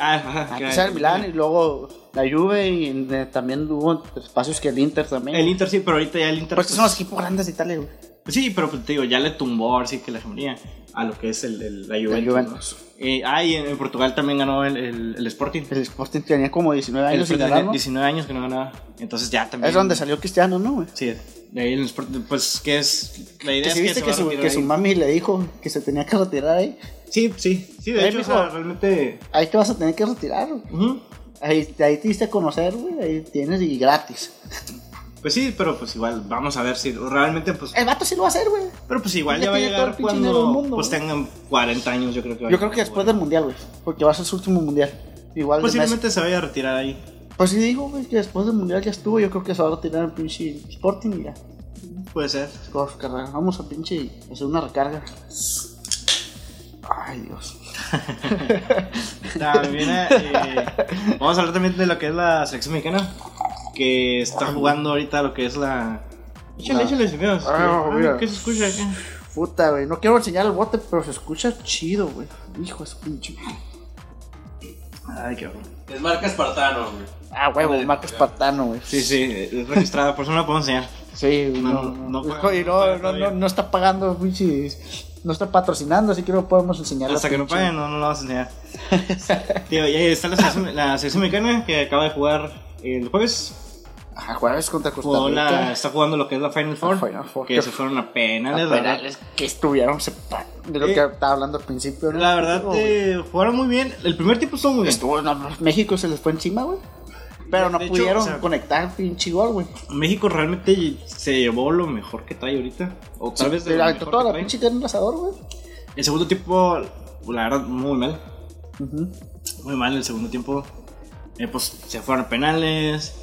Speaker 1: ah, ajá, que
Speaker 2: Antes era el Milán y luego la Juve y eh, también hubo espacios que el Inter también.
Speaker 1: El Inter sí, pero ahorita ya el Inter...
Speaker 2: Pues estos son
Speaker 1: pues,
Speaker 2: los equipos grandes de Italia, güey.
Speaker 1: sí, pero pues, te digo, ya le tumbó ahora sí que la hegemonía a lo que es el, el- la Juventus. ¿no?
Speaker 2: Juventus.
Speaker 1: Eh, ah, y en, en Portugal también ganó el, el- el Sporting.
Speaker 2: El Sporting tenía como 19
Speaker 1: El
Speaker 2: años sin
Speaker 1: Sporting
Speaker 2: ganar,
Speaker 1: tenía
Speaker 2: ¿no?
Speaker 1: 19 años que no ganaba. Entonces ya también...
Speaker 2: Es donde salió Cristiano, ¿no, güey?
Speaker 1: Sí, de ahí el Sporting, pues que es... La idea
Speaker 2: Que
Speaker 1: es
Speaker 2: si
Speaker 1: se
Speaker 2: viste que
Speaker 1: va a
Speaker 2: su,
Speaker 1: retirar
Speaker 2: que su
Speaker 1: ahí.
Speaker 2: mami le dijo que se tenía que retirar ahí.
Speaker 1: Sí, sí, sí, de
Speaker 2: Ahí,
Speaker 1: hecho, o
Speaker 2: mijo.
Speaker 1: sea, realmente...
Speaker 2: Ahí te vas a tener que retirar, güey.
Speaker 1: Ujú.
Speaker 2: Ahí, ahí te diste a conocer, güey. Ahí tienes y gratis.
Speaker 1: Pues sí, pero pues igual, vamos a ver si realmente, pues.
Speaker 2: El vato sí lo va a hacer, güey.
Speaker 1: Pero pues igual
Speaker 2: Eh, Ya
Speaker 1: ya va a
Speaker 2: tiene
Speaker 1: llegar
Speaker 2: todo el pinche dinero
Speaker 1: cuando
Speaker 2: del mundo,
Speaker 1: pues
Speaker 2: güey.
Speaker 1: tengan 40 años, yo creo que va a
Speaker 2: Yo creo
Speaker 1: llegar,
Speaker 2: que después
Speaker 1: güey.
Speaker 2: del mundial, güey. Porque va a ser su último mundial. Igual de Messi.
Speaker 1: Posiblemente se vaya a retirar ahí.
Speaker 2: Pues sí digo, güey, que después del mundial ya estuvo. Yo creo que se va a retirar el pinche Sporting y ya.
Speaker 1: Puede ser.
Speaker 2: Vamos, carnal, Vamos a pinche hacer una recarga. Ay, Dios.
Speaker 1: También eh, vamos a hablar también de lo que es la selección mexicana. Que está jugando ahorita lo que es la. Échale,
Speaker 2: La-
Speaker 1: échale, señores.
Speaker 2: Ah,
Speaker 1: Ay,
Speaker 2: mira.
Speaker 1: ¿Qué se escucha acá?
Speaker 2: Puta, güey. No quiero enseñar el bote, pero se escucha chido, güey. Hijo de su pinche. madre.
Speaker 1: Ay, qué horror.
Speaker 3: Es marca espartano, güey.
Speaker 2: Ah, huevo, marca espartano, güey.
Speaker 1: Sí, sí, es registrada, por eso no la puedo enseñar.
Speaker 2: Sí,
Speaker 1: No,
Speaker 2: no,
Speaker 1: no, Ah, no
Speaker 2: no,
Speaker 1: paga-
Speaker 2: y
Speaker 1: no
Speaker 2: no,
Speaker 1: paga
Speaker 2: no,
Speaker 1: todavía.
Speaker 2: no, no está pagando, pinche, no está patrocinando, así que no podemos enseñar.
Speaker 1: Hasta que no paguen, no, no lo vas a enseñar. Tío, y ahí está la selección, la selección mexicana que acaba de jugar el jueves.
Speaker 2: Ajá, jueves contra Costa
Speaker 1: Jugó la-
Speaker 2: Rica.
Speaker 1: está jugando lo que es la Final Four.
Speaker 2: La Final Four,
Speaker 1: que
Speaker 2: que-
Speaker 1: se fueron a
Speaker 2: A
Speaker 1: penales, ¿verdad?
Speaker 2: penales que estuvieron separados de lo
Speaker 1: Eh,
Speaker 2: que estaba hablando al principio. ¿no?
Speaker 1: La verdad,
Speaker 2: No, güey.
Speaker 1: eh, jugaron muy bien. El primer tiempo estuvo muy bien.
Speaker 2: Estuvo- no, México se les fue encima, güey. Pero
Speaker 1: De-
Speaker 2: no
Speaker 1: de hecho,
Speaker 2: pudieron
Speaker 1: o sea-
Speaker 2: conectar pinche gol, güey.
Speaker 1: México realmente se llevó lo mejor que trae ahorita. O tal vez de
Speaker 2: Se
Speaker 1: lo
Speaker 2: aventó
Speaker 1: mejor
Speaker 2: ah, toda
Speaker 1: que
Speaker 2: la
Speaker 1: trae.
Speaker 2: pinche carne al asador, güey.
Speaker 1: El segundo tiempo, la verdad, muy mal. Muy mal el segundo tiempo. Eh, pues se fueron a penales.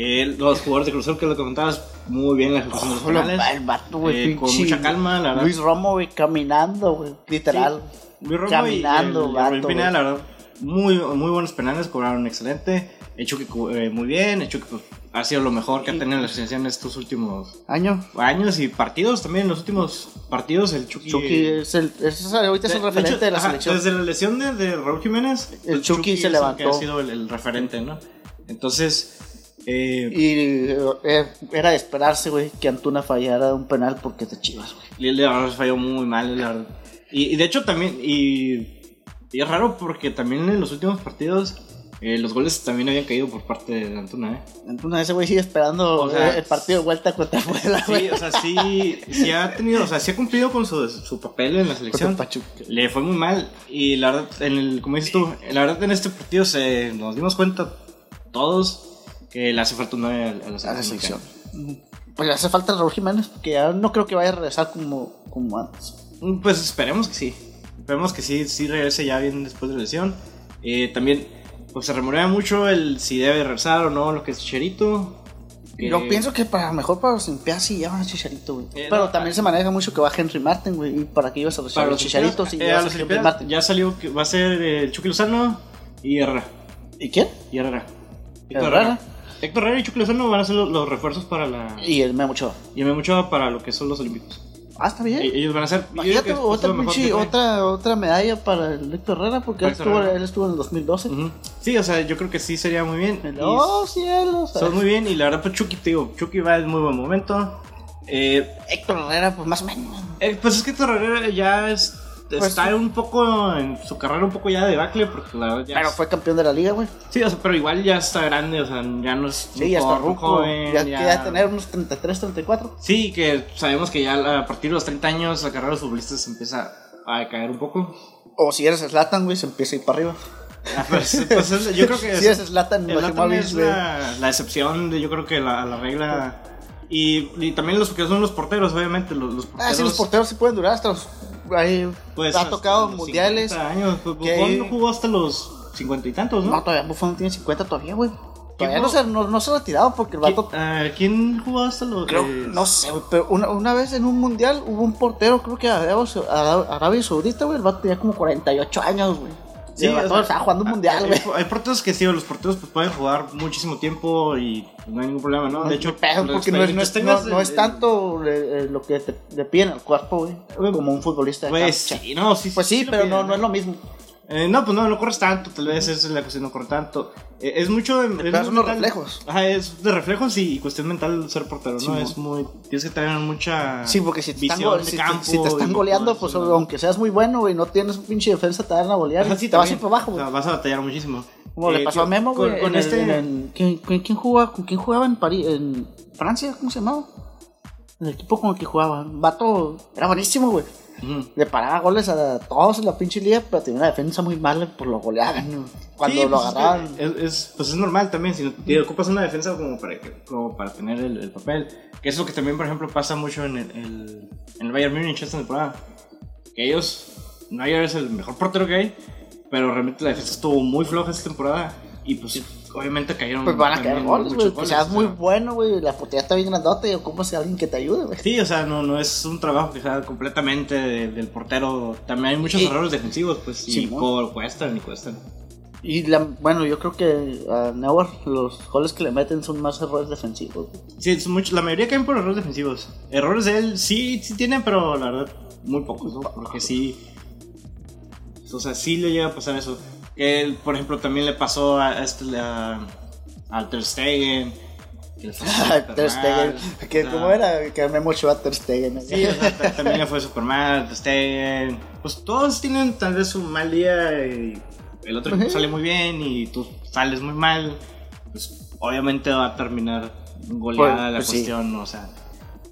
Speaker 1: Eh, los jugadores de Cruzor que lo comentabas, muy bien la ejecución de los
Speaker 2: Ojo, Oh, lo-
Speaker 1: penales.
Speaker 2: Pues, el vato, güey,
Speaker 1: Eh, con
Speaker 2: pinche-
Speaker 1: mucha calma, la verdad.
Speaker 2: Luis Romo, güey, caminando, güey. Literal.
Speaker 1: Luis Romo y
Speaker 2: caminando,
Speaker 1: el- y
Speaker 2: vato,
Speaker 1: Rubén
Speaker 2: güey.
Speaker 1: Pineda, la verdad, muy, muy buenos penales, cobraron excelente. Hecho que eh, muy bien, hecho que ha sido lo mejor que ha tenido la selección en estos últimos
Speaker 2: Año.
Speaker 1: años y partidos también. Los últimos partidos, el Chucky.
Speaker 2: Chucky es el, es- ahorita es el referente de,
Speaker 1: hecho,
Speaker 2: la
Speaker 1: ajá,
Speaker 2: selección.
Speaker 1: Desde la lesión de, de Raúl Jiménez, pues,
Speaker 2: El Chucky se
Speaker 1: es el
Speaker 2: levantó.
Speaker 1: que ha sido el, el referente, ¿no? Entonces, eh,
Speaker 2: Y eh, era de esperarse, güey, que Antuna fallara un penal porque te chivas, güey.
Speaker 1: Lille, la verdad, falló muy mal, la verdad. Y, y de hecho también, y, y es raro porque también en los últimos partidos eh, los goles también habían caído por parte de Antuna, ¿eh?
Speaker 2: Antuna, ese güey sigue esperando
Speaker 1: O sea,
Speaker 2: eh, el partido de vuelta contra Puebla, güey.
Speaker 1: Sí, o sea, sí, sí ha tenido, o sea, sí ha cumplido con su, su papel en la
Speaker 2: Contra
Speaker 1: selección.
Speaker 2: Pachuca.
Speaker 1: Le fue muy mal y la verdad, en el, como dices tú, la verdad en este partido se, nos dimos cuenta todos que le hace falta un 9 a, a la
Speaker 2: A la
Speaker 1: selección.
Speaker 2: selección. Pues le hace falta Raúl Jiménez, que ya no creo que vaya a regresar como, como antes.
Speaker 1: Mm, Pues esperemos que sí. Esperemos que sí, sí regrese ya bien después de la lesión. Eh, también pues, se remorea mucho el si debe regresar o no, lo que es Eh, Cherito. que-
Speaker 2: Yo pienso que para mejor para los limpias sí llevan a Chicharito, güey.
Speaker 1: Eh,
Speaker 2: Pero
Speaker 1: no,
Speaker 2: también
Speaker 1: ah.
Speaker 2: se maneja mucho que va Henry Martin, güey. ¿Y para qué ibas a regresar
Speaker 1: para
Speaker 2: a
Speaker 1: los
Speaker 2: los
Speaker 1: Chicharitos
Speaker 2: Chicharitos? Si
Speaker 1: eh, a
Speaker 2: llevas
Speaker 1: los
Speaker 2: a Henry
Speaker 1: Olimpiadas
Speaker 2: Martin?
Speaker 1: ya salió que va a ser el Chucky Lozano y Herrera.
Speaker 2: ¿Y quién?
Speaker 1: Y Herrera.
Speaker 2: Herrera.
Speaker 1: Héctor Herrera y Chucky Lozano van a ser los, los refuerzos para la.
Speaker 2: Y el Memo Ochoa.
Speaker 1: Y me mucho para lo que son los Olímpicos.
Speaker 2: Ah, está bien.
Speaker 1: E- Ellos van a ser. yo creo que
Speaker 2: Imagínate
Speaker 1: es
Speaker 2: otra,
Speaker 1: lo mejor
Speaker 2: pinche-
Speaker 1: que trae.
Speaker 2: otra, otra medalla para el Héctor Herrera, porque él
Speaker 1: Héctor
Speaker 2: estuvo,
Speaker 1: Herrera.
Speaker 2: él estuvo en el 2012.
Speaker 1: Ujú. Sí, o sea, yo creo que sí sería muy bien. Y
Speaker 2: ¡Oh, cielos!
Speaker 1: Son muy bien y la verdad, pues Chucky, te digo, Chucky va en muy buen momento. Eh,
Speaker 2: Héctor Herrera, pues más o menos.
Speaker 1: eh, pues es que Torreira ya es-
Speaker 2: Pues
Speaker 1: está
Speaker 2: sí.
Speaker 1: un poco en su carrera, un poco ya de debacle, porque la verdad ya.
Speaker 2: Pero pues
Speaker 1: es-
Speaker 2: fue campeón de la liga, güey.
Speaker 1: Sí, o sea, pero igual ya está grande, o sea, ya no es.
Speaker 2: Sí,
Speaker 1: un
Speaker 2: ya está
Speaker 1: joven, un
Speaker 2: ruco.
Speaker 1: joven,
Speaker 2: Ya queda tener unos 33, 34.
Speaker 1: Sí, que sabemos que ya a partir de los 30 años la carrera de los futbolistas empieza a caer un poco.
Speaker 2: O si eres Slatan, güey, se empieza a ir para arriba.
Speaker 1: Ah, pues, pues, es- yo creo que
Speaker 2: si eres Slatan,
Speaker 1: El Latam es la, la excepción, de, yo creo que la, la regla. Y, y también los que son los porteros, obviamente. Los, los porteros,
Speaker 2: Ah, sí, los porteros sí pueden durar hasta los. Ahí
Speaker 1: pues,
Speaker 2: ha
Speaker 1: hasta
Speaker 2: tocado
Speaker 1: los
Speaker 2: mundiales.
Speaker 1: 50 Años. Pues,
Speaker 2: que-
Speaker 1: Buffon no jugó hasta los cincuenta y tantos, ¿no?
Speaker 2: No, todavía Buffon tiene 50 todavía, güey. Todavía
Speaker 1: ¿Quién jugó?
Speaker 2: no se, no, no se ha retirado porque el
Speaker 1: ¿Qui-
Speaker 2: vato.
Speaker 1: ah, ¿Quién jugó hasta los.?
Speaker 2: Creo,
Speaker 1: eh,
Speaker 2: no sé, güey, pero una, una vez en un mundial hubo un portero, creo que Arabia, Sau- Ara- Arabia Saudita, güey, el vato tenía como 48 años, güey. Sí, el
Speaker 1: o
Speaker 2: vato
Speaker 1: sea, ah, eh,
Speaker 2: estaba jugando un mundial,
Speaker 1: hay-
Speaker 2: güey.
Speaker 1: Hay, porteros que sí, los porteros pues, pueden jugar muchísimo tiempo y no hay ningún problema, ¿no? De hecho,
Speaker 2: Pero
Speaker 1: eh, los
Speaker 2: porque no es, no
Speaker 1: expedientes
Speaker 2: es-
Speaker 1: tengas
Speaker 2: no- no es
Speaker 1: el-
Speaker 2: tanto eh, eh, lo que te, le piden al cuerpo, güey,
Speaker 1: Güey,
Speaker 2: como un futbolista de
Speaker 1: Pues
Speaker 2: cancha.
Speaker 1: sí, no, sí,
Speaker 2: Pues sí,
Speaker 1: lo
Speaker 2: pero
Speaker 1: piden,
Speaker 2: no, no es lo mismo.
Speaker 1: Eh, no, pues no, no corres tanto, tal vez esa es la cuestión, no corres tanto. Eh, es mucho... de- es
Speaker 2: pegas
Speaker 1: muy
Speaker 2: unos
Speaker 1: mental.
Speaker 2: reflejos.
Speaker 1: Ajá, es de reflejos y, y cuestión mental ser portero, ¿no?
Speaker 2: Sí, mo-
Speaker 1: es muy... Tienes que tener mucha...
Speaker 2: Sí, porque si te
Speaker 1: Ah,
Speaker 2: están,
Speaker 1: visión
Speaker 2: go-
Speaker 1: de
Speaker 2: si te-
Speaker 1: campo
Speaker 2: si te están
Speaker 1: y-
Speaker 2: goleando, pues
Speaker 1: Ajá,
Speaker 2: aunque seas muy bueno, güey, no tienes un pinche defensa, te van a golear.
Speaker 1: sí,
Speaker 2: y te
Speaker 1: también. Ah,
Speaker 2: vas a ir para abajo,
Speaker 1: O
Speaker 2: güey.
Speaker 1: sea, vas a batallar muchísimo.
Speaker 2: Como
Speaker 1: Eh,
Speaker 2: le pasó a
Speaker 1: tío,
Speaker 2: Memo,
Speaker 1: con-
Speaker 2: güey. en
Speaker 1: Con
Speaker 2: el-
Speaker 1: este...
Speaker 2: en el- ¿quién, quién- quién jugaba, ¿Con quién jugaba en París? ¿En Francia? ¿Cómo se llamaba? El equipo con el que jugaba. Vato era buenísimo, güey.
Speaker 1: Ujú.
Speaker 2: Le paraba goles a todos en la pinche liga, pero tenía una defensa muy mala por lo goleaban. güey. Cuando
Speaker 1: Sí,
Speaker 2: lo
Speaker 1: pues, es que
Speaker 2: agarraban.
Speaker 1: Es, es- pues es normal también, si no- te ocupas una defensa como para, que- como para tener el, el papel. Que es lo que también, por ejemplo, pasa mucho en el, el- en el Bayern Múnich esta temporada. Que ellos, Neuer es el mejor portero que hay, pero realmente la defensa estuvo muy floja esta temporada. Y pues obviamente cayeron
Speaker 2: Pues van a
Speaker 1: también
Speaker 2: caer goles,
Speaker 1: muchos
Speaker 2: güey. Que
Speaker 1: goles,
Speaker 2: seas
Speaker 1: o
Speaker 2: muy
Speaker 1: sea.
Speaker 2: bueno, güey. La portería está bien grandota y ocupas a alguien que te ayude, güey.
Speaker 1: Sí, o sea, no, no es un trabajo que sea completamente de- del portero. También hay muchos
Speaker 2: Y-
Speaker 1: errores defensivos, pues, y
Speaker 2: Simón.
Speaker 1: co- cuestan y cuestan.
Speaker 2: Y la, bueno, yo creo que a Neuer los goles que le meten son más errores defensivos. güey.
Speaker 1: Sí, es mucho- la mayoría caen por errores defensivos. Errores de él sí, sí tiene, pero la verdad, muy pocos, ¿no? Porque sí. O sea, sí le llega a pasar eso. Él, por ejemplo, también le pasó a, a este, a, al Ter Stegen. que le pasó súper
Speaker 2: Ter Stegen.
Speaker 1: mal,
Speaker 2: Que,
Speaker 1: o sea,
Speaker 2: ¿Cómo era? Que me mucho a Ter Stegen. güey.
Speaker 1: Sí, o sea, ta- también le fue super mal, Ter Stegen. Pues todos tienen tal vez un mal día y el otro equipo
Speaker 2: Ujú.
Speaker 1: sale muy bien y tú sales muy mal. Pues obviamente va a terminar goleada
Speaker 4: Pues-
Speaker 1: la
Speaker 4: pues sí.
Speaker 1: cuestión, o sea,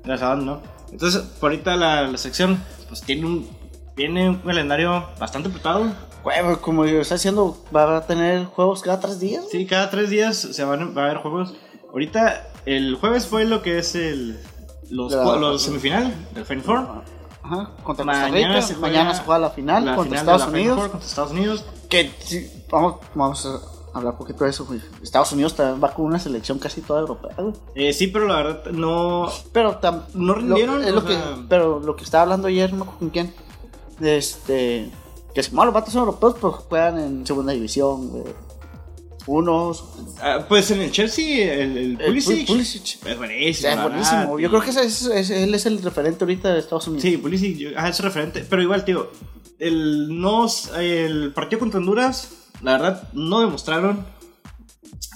Speaker 1: ya saben, ¿no? Entonces, por ahorita la, la sección, pues tiene un, tiene un calendario bastante apretado.
Speaker 2: Güey, pues, como yo está haciendo, va a tener juegos cada tres días.
Speaker 1: Sí, cada tres días se van, va a haber juegos. Ahorita, el jueves fue lo que es el los,
Speaker 2: La-
Speaker 1: cua- los semifinal del Final Four.
Speaker 2: Ajá, contra Costa
Speaker 1: Mañana
Speaker 2: Rica.
Speaker 1: se juega-
Speaker 2: Mañana se juega la final
Speaker 1: la
Speaker 2: contra
Speaker 1: final de la
Speaker 2: Estados
Speaker 1: Final
Speaker 2: Unidos.
Speaker 1: Four contra Estados Unidos.
Speaker 2: Que sí, vamos, vamos a hablar un poquito de eso, güey. Estados Unidos también va con una selección casi toda europea, güey.
Speaker 1: Eh, sí, pero la verdad no...
Speaker 2: Pero tam-
Speaker 1: No rindieron,
Speaker 2: Lo, es
Speaker 1: o
Speaker 2: lo que,
Speaker 1: sea-
Speaker 2: pero lo que estaba hablando ayer, no me acuerdo con quién. Este. Que si bueno, los vatos europeos, pues juegan en segunda división, güey. Unos.
Speaker 1: ah, pues en el Chelsea, el, el
Speaker 2: el
Speaker 1: Pulisic...
Speaker 2: Pulisic.
Speaker 1: Es
Speaker 2: O
Speaker 1: buenísimo.
Speaker 2: sea, es
Speaker 1: la verdad.
Speaker 2: buenísimo. Yo creo que ese es, es- él es el referente ahorita de Estados Unidos.
Speaker 1: Sí, Pulisic, yo- ajá, es referente. Pero igual, tío, el, no, el partido contra Honduras, la verdad, no demostraron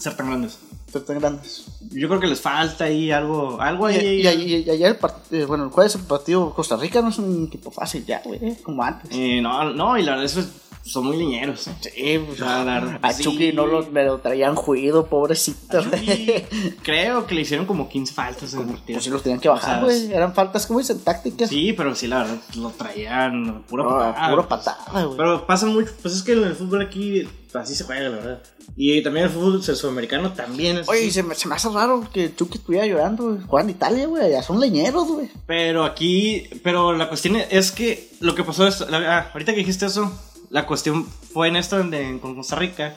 Speaker 1: ser tan grandes.
Speaker 2: Pero tan grandes.
Speaker 1: Yo creo que les falta ahí algo, algo
Speaker 2: Y,
Speaker 1: ahí.
Speaker 2: y- y- y ayer, el part- eh, bueno, el jueves el partido Costa Rica no es un equipo fácil ya, güey, como antes.
Speaker 1: Eh, no, no, y la verdad, eso es- son muy liñeros. eh.
Speaker 2: Sí, pues,
Speaker 1: La verdad,
Speaker 2: a
Speaker 1: sí.
Speaker 2: Chucky no lo, me lo traían juido, pobrecito.
Speaker 1: Y creo que le hicieron como 15 faltas en el partido.
Speaker 2: Pues sí los tenían que bajar,
Speaker 1: O sea,
Speaker 2: güey. Eran faltas, como dicen, tácticas.
Speaker 1: Sí, pero sí, la verdad, lo traían puro
Speaker 2: No, puro patada, güey.
Speaker 1: Pero pasa mucho, pues es que en el fútbol aquí así se juega, la verdad. Y también el fútbol sudamericano también es
Speaker 2: Oye,
Speaker 1: así.
Speaker 2: y se me, se me hace raro que Chucky estuviera llorando, güey. Juegan en Italia, güey. Allá son leñeros, güey.
Speaker 1: Pero aquí, pero la cuestión es que lo que pasó es, la- ah, ahorita que dijiste eso, la cuestión fue en esto de- con Costa Rica,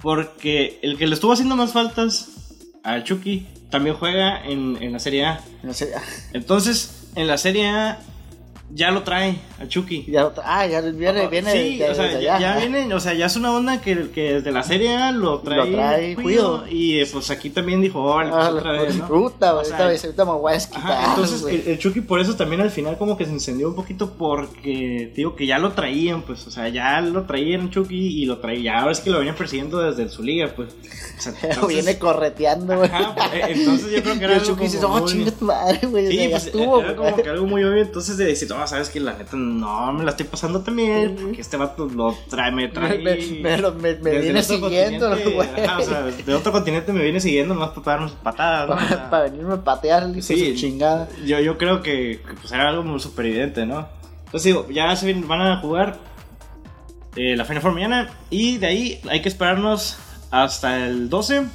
Speaker 1: porque el que le estuvo haciendo más faltas al Chucky también juega en, en la Serie A.
Speaker 2: No sé,
Speaker 1: Entonces, en la Serie A ya lo trae al Chucky.
Speaker 2: ya, ah, ya viene, viene
Speaker 1: sí,
Speaker 2: de,
Speaker 1: o sea,
Speaker 2: de
Speaker 1: ya,
Speaker 2: allá.
Speaker 1: ya
Speaker 2: Ah,
Speaker 1: viene, o sea, ya es una onda que, que desde la Serie A lo trae,
Speaker 2: trae
Speaker 1: Cuido,
Speaker 2: Cuido.
Speaker 1: Y eh, pues aquí también dijo, órale, pues,
Speaker 2: ah,
Speaker 1: otra
Speaker 2: la
Speaker 1: vez, ¿no?
Speaker 2: Puta, güey.
Speaker 1: O sea,
Speaker 2: Esta vez, ahorita me voy a desquitar,
Speaker 1: Ajá, entonces eh,
Speaker 2: güey.
Speaker 1: el, el Chucky por eso también al final como que se encendió un poquito porque te digo que ya lo traían, pues, o sea, ya lo traían Chucky y lo traían, ahora es que lo venían persiguiendo desde su liga, pues. O sea, entonces,
Speaker 2: viene correteando, güey.
Speaker 1: ajá, pues, eh, entonces yo creo que era
Speaker 2: Y el
Speaker 1: algo
Speaker 2: Chucky dice,
Speaker 1: como
Speaker 2: oh,
Speaker 1: muy-
Speaker 2: chinga tu madre, güey.
Speaker 1: Sí,
Speaker 2: ya
Speaker 1: pues
Speaker 2: estuvo,
Speaker 1: era
Speaker 2: güey.
Speaker 1: como que algo muy obvio, entonces de decir, no, sabes que la neta no me la estoy pasando también, porque este vato lo trae, me
Speaker 2: Me,
Speaker 1: trae.
Speaker 2: me, me, lo- me- me
Speaker 1: desde
Speaker 2: viene
Speaker 1: otro
Speaker 2: siguiendo,
Speaker 1: continente,
Speaker 2: güey.
Speaker 1: ajá, o sea, de otro continente me viene siguiendo más para darnos patadas. ¿no? O sea,
Speaker 2: Para, para venirme a patear, el hijo de
Speaker 1: Sí.
Speaker 2: su chingada.
Speaker 1: Yo, yo creo que, que, pues era algo muy super evidente, ¿no? Entonces digo, ya se vienen- van a jugar eh, la Final Four mañana y de ahí hay que esperarnos hasta el 12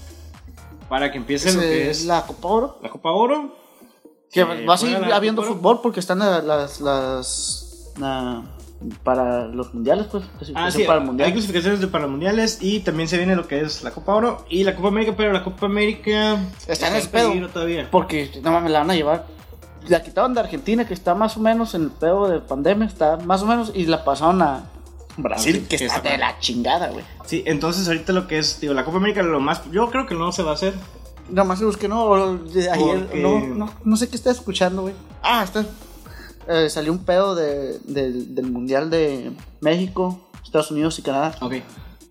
Speaker 1: para que empiece lo
Speaker 2: Ese
Speaker 1: que
Speaker 2: es
Speaker 1: es
Speaker 2: la Copa Oro.
Speaker 1: la Copa Oro.
Speaker 2: Que
Speaker 1: Sí,
Speaker 2: va a seguir
Speaker 1: juega la
Speaker 2: habiendo
Speaker 1: Copa Oro.
Speaker 2: fútbol porque están la- las. las la- para los mundiales, pues.
Speaker 1: Ah,
Speaker 2: clasificación
Speaker 1: sí,
Speaker 2: para el
Speaker 1: Hay
Speaker 2: mundial.
Speaker 1: clasificaciones de para mundiales y también se viene lo que es la Copa Oro y la Copa América, pero la Copa América
Speaker 2: Está en el
Speaker 1: peligro
Speaker 2: pedo.
Speaker 1: todavía.
Speaker 2: Porque no mames, la van a llevar. La quitaron de Argentina, que está más o menos en el pedo de pandemia, está más o menos, y la pasaron a Brasil,
Speaker 1: Brasil,
Speaker 2: que
Speaker 1: que
Speaker 2: está
Speaker 1: está
Speaker 2: de
Speaker 1: mal.
Speaker 2: la chingada, güey.
Speaker 1: Sí, entonces ahorita lo que es, digo, la Copa América lo más yo creo que no se va a hacer.
Speaker 2: Nomás se busqué, no, o de ayer,
Speaker 1: Porque-
Speaker 2: no, no, no sé qué está escuchando, güey. Ah, está. eh, salió un pedo de, del- del mundial de México, Estados Unidos y Canadá.
Speaker 1: Ok.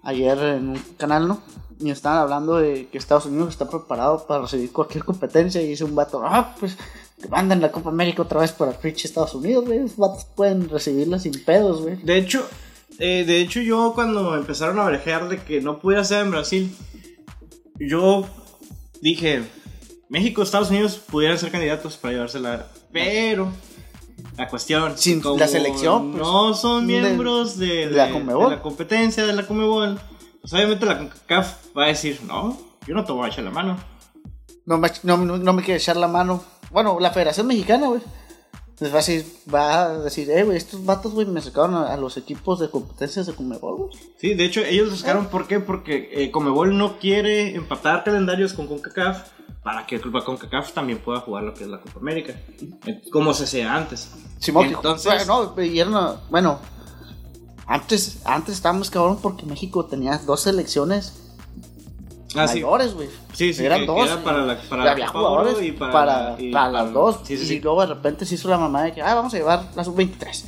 Speaker 2: ayer en un canal, ¿no? Y estaban hablando de que Estados Unidos está preparado para recibir cualquier competencia. Y dice un vato, ah, pues te mandan la Copa América otra vez para pinche Estados Unidos, güey. Los vatos pueden recibirla sin pedos, güey.
Speaker 1: De hecho, eh, de hecho yo cuando empezaron a brejear de que no pudiera ser en Brasil, yo dije, México, Estados Unidos pudieran ser candidatos para llevársela, pero la cuestión,
Speaker 2: Sin la selección, pues,
Speaker 1: no son
Speaker 2: de-
Speaker 1: miembros de,
Speaker 2: de la Conmebol.
Speaker 1: de la competencia de la Comebol, pues obviamente la CONCACAF va a decir, no, yo no te voy a echar la mano.
Speaker 2: No me, no, no- no me quiere echar la mano. Bueno, la Federación Mexicana, güey. Les va a decir, va a decir, eh, güey, estos vatos, güey, me sacaron a, a los equipos de competencias de Comebol, güey.
Speaker 1: Sí, de hecho, ellos buscaron por qué, porque eh, Comebol no quiere empatar calendarios con CONCACAF para que el club CONCACAF también pueda jugar lo que es la Copa América, eh, como se hacía antes.
Speaker 2: Simón, que-
Speaker 1: Entonces-
Speaker 2: bueno, no, y era una- bueno, antes, antes estábamos cabrón porque México tenía dos selecciones
Speaker 1: Ah, sí.
Speaker 2: mayores, güey.
Speaker 1: Sí, sí,
Speaker 2: eran
Speaker 1: que- que
Speaker 2: dos.
Speaker 1: era para la- para
Speaker 2: Y había
Speaker 1: la Copa Oro
Speaker 2: jugadores
Speaker 1: y
Speaker 2: para,
Speaker 1: para-
Speaker 2: para,
Speaker 1: y
Speaker 2: las
Speaker 1: para-
Speaker 2: dos.
Speaker 1: sí, sí,
Speaker 2: y
Speaker 1: sí.
Speaker 2: luego de repente se hizo la mamá de que, ah, vamos a llevar la sub-23.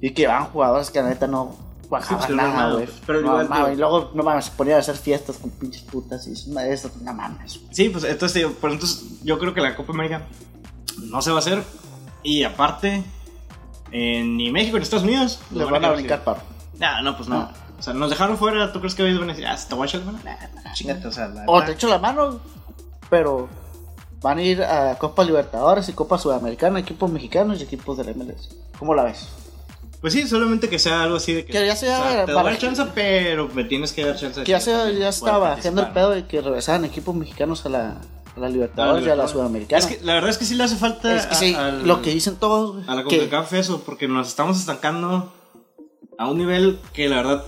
Speaker 2: Y que van jugadores que la neta no bajaban
Speaker 1: Sí, pues, no
Speaker 2: nada,
Speaker 1: mames,
Speaker 2: güey.
Speaker 1: pero
Speaker 2: No
Speaker 1: igual,
Speaker 2: mames,
Speaker 1: tío.
Speaker 2: y luego, no mames, se ponían a hacer fiestas con pinches putas y es una de esas, no mames.
Speaker 1: Sí, pues entonces, te digo, por entonces yo creo que la Copa América no se va a hacer. Y aparte, eh, ni México ni Estados Unidos
Speaker 2: Le
Speaker 1: los
Speaker 2: van a
Speaker 1: querer
Speaker 2: brincar paro.
Speaker 1: No, no, pues no.
Speaker 2: Ah.
Speaker 1: O sea, nos dejaron fuera. ¿Tú crees que ellos van a decir, ah, te voy a echar la mano? Nah, chingate, o sea, la
Speaker 2: O
Speaker 1: neta.
Speaker 2: te echo la mano pero van a ir a Copa Libertadores y Copa Sudamericana, equipos mexicanos y equipos del MLS. ¿Cómo la ves?
Speaker 1: Pues sí, solamente que sea algo así de que.
Speaker 2: Que ya sea
Speaker 1: te
Speaker 2: para-
Speaker 1: doy chance, pero me tienes que dar chance. de
Speaker 2: Que ya,
Speaker 1: que
Speaker 2: se-
Speaker 1: Pues también
Speaker 2: ya
Speaker 1: pueda
Speaker 2: estaba
Speaker 1: participar,
Speaker 2: haciendo el
Speaker 1: ¿no?
Speaker 2: pedo de que regresaban equipos mexicanos a la, a la Libertadores y a la
Speaker 1: Libertadores.
Speaker 2: Sudamericana.
Speaker 1: Es que la verdad es que sí le hace falta.
Speaker 2: Es que
Speaker 1: a-
Speaker 2: sí,
Speaker 1: al-
Speaker 2: lo que dicen todos. güey,
Speaker 1: a la
Speaker 2: que-
Speaker 1: CONCACAF eso, porque nos estamos estancando a un nivel que la verdad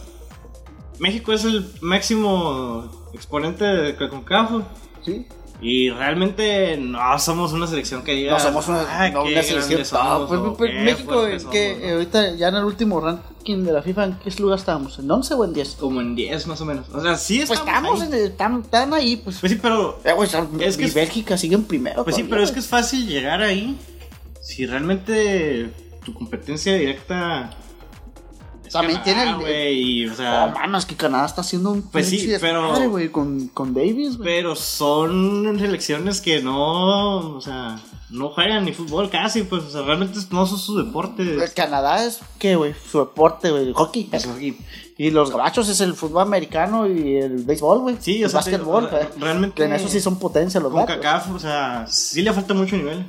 Speaker 1: México es el máximo exponente de CONCACAF güey,
Speaker 2: sí,
Speaker 1: y realmente no somos una selección que diga
Speaker 2: no somos una,
Speaker 1: "Ah,
Speaker 2: no,
Speaker 1: qué
Speaker 2: una selección
Speaker 1: grandes
Speaker 2: top,
Speaker 1: somos",
Speaker 2: pues,
Speaker 1: o
Speaker 2: pues,
Speaker 1: "Qué
Speaker 2: México,
Speaker 1: fuertes
Speaker 2: eh,
Speaker 1: somos",
Speaker 2: que
Speaker 1: ¿no?
Speaker 2: eh, ahorita ya en el último ranking de la FIFA, ¿en qué lugar estábamos? ¿En 11 o en 10?
Speaker 1: como en 10 más o menos. O sea, sí
Speaker 2: Pues
Speaker 1: estamos,
Speaker 2: estamos,
Speaker 1: ahí.
Speaker 2: en el- tam- tan ahí, pues.
Speaker 1: Pues sí, pero
Speaker 2: Eh, güey, están-
Speaker 1: Es que
Speaker 2: y
Speaker 1: es-
Speaker 2: Bélgica sigue en primero.
Speaker 1: pues sí,
Speaker 2: todavía,
Speaker 1: pero es que
Speaker 2: güey.
Speaker 1: es fácil llegar ahí si realmente tu competencia directa es
Speaker 2: También tiene el-
Speaker 1: Canadá, güey, y, o sea,
Speaker 2: Oh, mamas, que Canadá está haciendo un
Speaker 1: Pues sí,
Speaker 2: pinche
Speaker 1: pero-
Speaker 2: desmadre, güey, con, con Davis, güey.
Speaker 1: Pero son selecciones que no, o sea, no juegan ni fútbol casi, pues, o sea, realmente no son su deporte.
Speaker 2: El Canadá es, ¿qué, güey? Su deporte, güey, hockey.
Speaker 1: Es hockey.
Speaker 2: Y los gabachos es el fútbol americano y el béisbol, güey.
Speaker 1: Sí, o
Speaker 2: el
Speaker 1: sea,
Speaker 2: básquetbol,
Speaker 1: o sea,
Speaker 2: güey.
Speaker 1: realmente-
Speaker 2: Que en eso sí son potencia los
Speaker 1: Con
Speaker 2: vatos.
Speaker 1: CACAF, o sea, sí le falta mucho nivel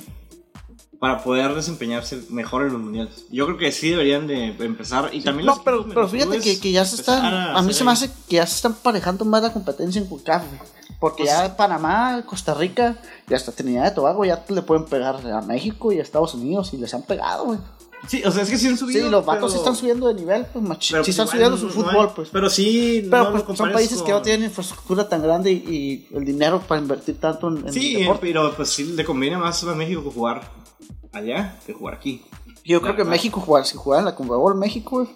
Speaker 1: para poder desempeñarse mejor en los mundiales. Yo creo que sí deberían de empezar y también los
Speaker 2: No, pero,
Speaker 1: equipos
Speaker 2: pero fíjate
Speaker 1: clubes
Speaker 2: que, que ya se están.
Speaker 1: empezar
Speaker 2: A mí
Speaker 1: hacer
Speaker 2: se me
Speaker 1: ahí.
Speaker 2: hace que ya se están parejando más la competencia en CONCACAF, güey. Porque
Speaker 1: Pues
Speaker 2: ya Panamá, Costa Rica y hasta Trinidad y Tobago ya le pueden pegar a México y a Estados Unidos y les han pegado, güey.
Speaker 1: Sí, o sea, es que sí han
Speaker 2: Sí,
Speaker 1: subido.
Speaker 2: los vatos
Speaker 1: pero-
Speaker 2: sí están subiendo de nivel, pues machi-
Speaker 1: pero pues
Speaker 2: Sí están
Speaker 1: igual
Speaker 2: subiendo su
Speaker 1: no
Speaker 2: fútbol,
Speaker 1: hay-
Speaker 2: pues. Pero,
Speaker 1: Pero sí, no lo
Speaker 2: pues, son
Speaker 1: compares
Speaker 2: países que no
Speaker 1: con-
Speaker 2: tienen infraestructura tan grande y, y el dinero para invertir tanto en, en
Speaker 1: Sí,
Speaker 2: el deporte.
Speaker 1: pero pues sí le conviene más a México que jugar allá que jugar aquí.
Speaker 2: Yo
Speaker 1: La
Speaker 2: creo que
Speaker 1: verdad.
Speaker 2: México jugar, si jugara en la Conmebol México, güey,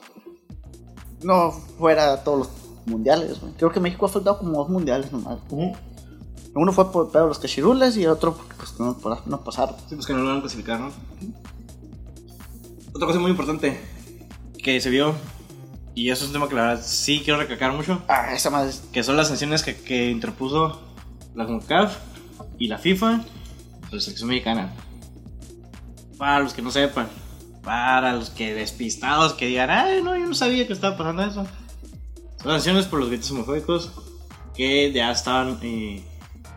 Speaker 2: no fuera a todos los mundiales, güey. Creo que México ha faltado como dos mundiales nomás. Uno fue por el pedo de los cachirules y el otro porque pues no, por- no pasaron.
Speaker 1: Sí, pues que no lo van a clasificar, ¿no? Otra cosa muy importante que se vio, y eso es un tema que la verdad sí quiero recalcar mucho,
Speaker 2: Ah, esa madre. es-
Speaker 1: que son las sanciones que, que interpuso la CONCACAF y la FIFA a la selección mexicana. Para los que no sepan, para los que despistados que digan, ay, no, yo no sabía que estaba pasando eso. Son sanciones por los gritos homofóbicos que ya estaban... eh,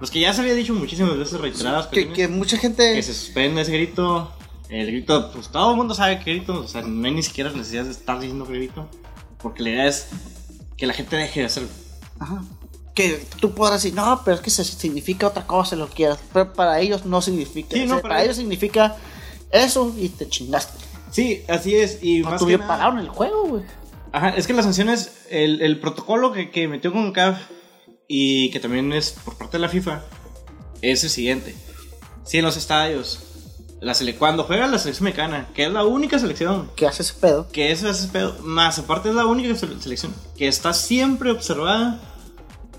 Speaker 1: los que ya se había dicho muchísimas veces reiteradas.
Speaker 2: Que,
Speaker 1: Pequeñas
Speaker 2: que mucha gente.
Speaker 1: que se suspende ese grito. El grito, pues todo el mundo sabe que grito, o sea, no hay ni siquiera necesidad de estar diciendo que grito. Porque la idea es que la gente deje de hacerlo.
Speaker 2: Ajá. Que tú podrás decir, no, pero es que se significa otra cosa, lo que quieras. Pero para ellos no significa.
Speaker 1: Sí,
Speaker 2: O
Speaker 1: no,
Speaker 2: sea,
Speaker 1: para
Speaker 2: para ellos significa eso y te chingaste.
Speaker 1: Sí, así es. Y
Speaker 2: No
Speaker 1: más que
Speaker 2: tuvieron
Speaker 1: nada-
Speaker 2: parado en el juego, güey.
Speaker 1: Ajá, es que las sanciones, el, el protocolo que, que metió con CAF y que también es por parte de la FIFA, es el siguiente. Si en los estadios, la sele- cuando juega la selección mexicana, que es la única selección
Speaker 2: ¿Qué hace ese pedo?
Speaker 1: que eso es pedo. Más aparte es la única sele- selección que está siempre observada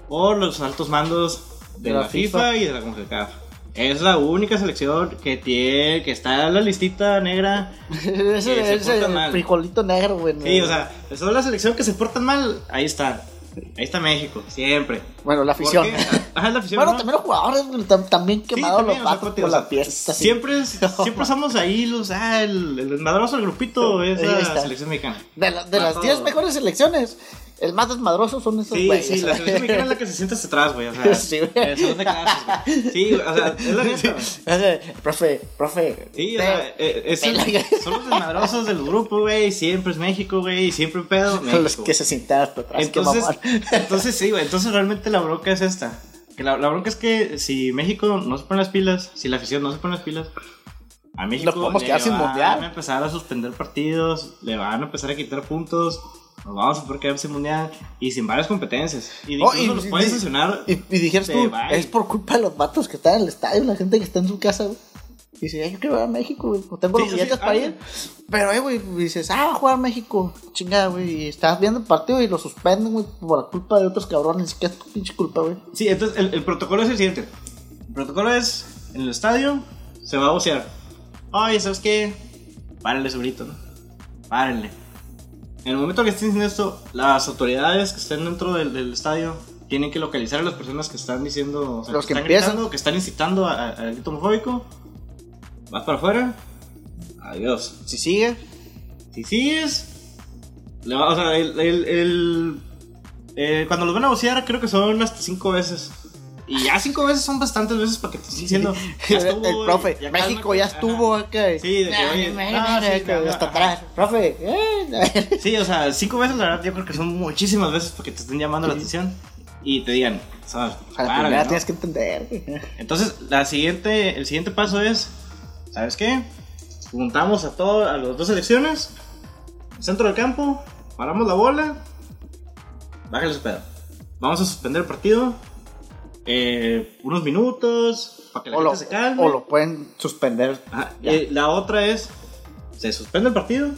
Speaker 1: por los altos mandos de,
Speaker 2: De
Speaker 1: la,
Speaker 2: la
Speaker 1: FIFA, y de la CONCACAF. Es la única selección que tiene, que está en la listita negra. Que se
Speaker 2: ese ese
Speaker 1: portan mal.
Speaker 2: frijolito negro, güey. ¿no?
Speaker 1: Sí, o sea, es la selección que se portan mal. Ahí está. Ahí está México, siempre.
Speaker 2: Bueno, la afición.
Speaker 1: ¿Por qué? Ajá, es la afición.
Speaker 2: Bueno,
Speaker 1: ¿no?
Speaker 2: también los jugadores, güey, tam- también
Speaker 1: Sí,
Speaker 2: quemados
Speaker 1: también,
Speaker 2: los
Speaker 1: o sea,
Speaker 2: vatos
Speaker 1: porque,
Speaker 2: por
Speaker 1: o sea,
Speaker 2: la fiesta. sí.
Speaker 1: Siempre, es- siempre somos ahí los, ah, el, el desmadroso, el grupito, es
Speaker 2: Ahí
Speaker 1: la
Speaker 2: está.
Speaker 1: selección mexicana.
Speaker 2: De, la- de
Speaker 1: Para
Speaker 2: las 10
Speaker 1: todo.
Speaker 2: mejores selecciones, el más desmadroso son esos
Speaker 1: Sí,
Speaker 2: güeyes.
Speaker 1: sí, la
Speaker 2: Pues güey.
Speaker 1: selección mexicana es la que se sienta hasta atrás, güey. O sea, eh,
Speaker 2: Sí, güey.
Speaker 1: en segunda clase, güey. Sí, o sea, es la neta. güey.
Speaker 2: Ese, Profe, profe.
Speaker 1: Sí, o
Speaker 2: te-
Speaker 1: sea, eh, es el-
Speaker 2: Vela.
Speaker 1: son los desmadrosos del grupo, güey. Siempre es México, güey. Siempre pedo. México.
Speaker 2: los que se sentaron hasta atrás,
Speaker 1: entonces,
Speaker 2: qué mamón.
Speaker 1: entonces, sí, güey. Entonces, realmente la bronca es esta. Que la, la bronca es que si México no se pone las pilas, si la afición no se pone las pilas, a México
Speaker 2: Nos podemos
Speaker 1: le
Speaker 2: quedar sin
Speaker 1: van
Speaker 2: mundial.
Speaker 1: a empezar a suspender partidos, le van a empezar a quitar puntos. Nos vamos a poder quedar sin mundial y sin varias competencias. Y
Speaker 2: No,
Speaker 1: incluso
Speaker 2: Oh, y-
Speaker 1: nos
Speaker 2: y-
Speaker 1: pueden
Speaker 2: y-
Speaker 1: sancionar
Speaker 2: Y, y dijeras
Speaker 1: Se
Speaker 2: tú,
Speaker 1: va,
Speaker 2: es
Speaker 1: güey.
Speaker 2: por culpa de los vatos que están en el estadio, la gente que está en su casa, güey. Dice, "Ay, yo quiero ir a México, güey, no tengo
Speaker 1: Sí,
Speaker 2: los
Speaker 1: sí,
Speaker 2: billetes
Speaker 1: sí,
Speaker 2: para
Speaker 1: ah,
Speaker 2: ir. Pero, eh, güey, dices, ah, va a jugar México, chingada, güey. Y estás viendo el partido y lo suspenden, güey, por la culpa de otros cabrones. ¿Qué es tu pinche culpa, güey?
Speaker 1: Sí, entonces el, el protocolo es el siguiente. El protocolo es, en el estadio se va a vocear. Ay, ¿sabes qué? Párenle su grito, ¿no? Párenle. En el momento que estén diciendo esto, las autoridades que estén dentro del, del estadio tienen que localizar a las personas que están diciendo, o sea,
Speaker 2: Los que
Speaker 1: están
Speaker 2: empiezan.
Speaker 1: gritando, que están incitando a- a- al grito homofóbico. Vas para afuera. Adiós.
Speaker 2: Si sigue,
Speaker 1: Si sigues, le va- o sea, el, el- el- eh, cuando los van a vocear, creo que son hasta cinco veces. Y ya cinco veces son bastantes veces para que te estén diciendo. "Ya estuvo,
Speaker 2: el
Speaker 1: güey,
Speaker 2: profe,
Speaker 1: ya
Speaker 2: México
Speaker 1: cálmate".
Speaker 2: ya estuvo
Speaker 1: Ajá.
Speaker 2: acá.
Speaker 1: Sí, de que,
Speaker 2: Nah,
Speaker 1: oye,
Speaker 2: me-
Speaker 1: no,
Speaker 2: me-
Speaker 1: sí,
Speaker 2: me-
Speaker 1: claro,
Speaker 2: hasta
Speaker 1: ajá.
Speaker 2: atrás. Profe, eh,
Speaker 1: Sí, o sea, cinco veces la verdad yo creo que son muchísimas veces para que te estén llamando la atención y te digan, o sea,
Speaker 2: a la
Speaker 1: párale,
Speaker 2: primera
Speaker 1: ¿no?
Speaker 2: tienes que entender.
Speaker 1: Entonces, la siguiente, el siguiente paso es, ¿sabes qué? Juntamos a todos, a las dos selecciones, centro del campo, paramos la bola, bájale su pedo. Vamos a suspender el partido, eh, unos minutos, para que la
Speaker 2: O
Speaker 1: gente
Speaker 2: lo,
Speaker 1: se calme.
Speaker 2: o lo pueden suspender.
Speaker 1: Ajá, y la otra es, se suspende el partido,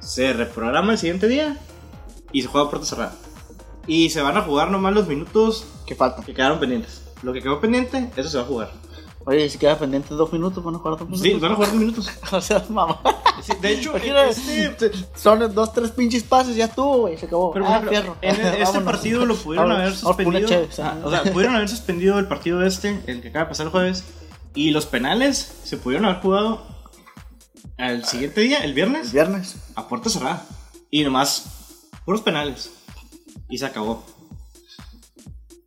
Speaker 1: se reprograma el siguiente día y se juega a puerta cerrada. Y se van a jugar nomás los minutos
Speaker 2: Que falta.
Speaker 1: que quedaron pendientes. Lo que quedó pendiente, eso se va a jugar.
Speaker 2: Oye, si queda pendiente dos minutos, van a jugar dos
Speaker 1: Sí,
Speaker 2: minutos.
Speaker 1: van a jugar dos minutos.
Speaker 2: O sea, mamá.
Speaker 1: Sí, de hecho,
Speaker 2: Imagina,
Speaker 1: este,
Speaker 2: Son dos, tres pinches pases, ya estuvo, güey. Se acabó.
Speaker 1: pero, por
Speaker 2: ah,
Speaker 1: ejemplo,
Speaker 2: fierro.
Speaker 1: en el- este
Speaker 2: Vámonos.
Speaker 1: partido lo pudieron
Speaker 2: Vámonos.
Speaker 1: haber
Speaker 2: Vamos por una
Speaker 1: suspendido.
Speaker 2: chévere, sí.
Speaker 1: Ah, o sea, pudieron haber suspendido el partido este, el que acaba de pasar el jueves. Y los penales se pudieron haber jugado al siguiente día, el
Speaker 2: El
Speaker 1: viernes,
Speaker 2: viernes.
Speaker 1: a puerta cerrada. Y nomás, puros penales. Y se acabó.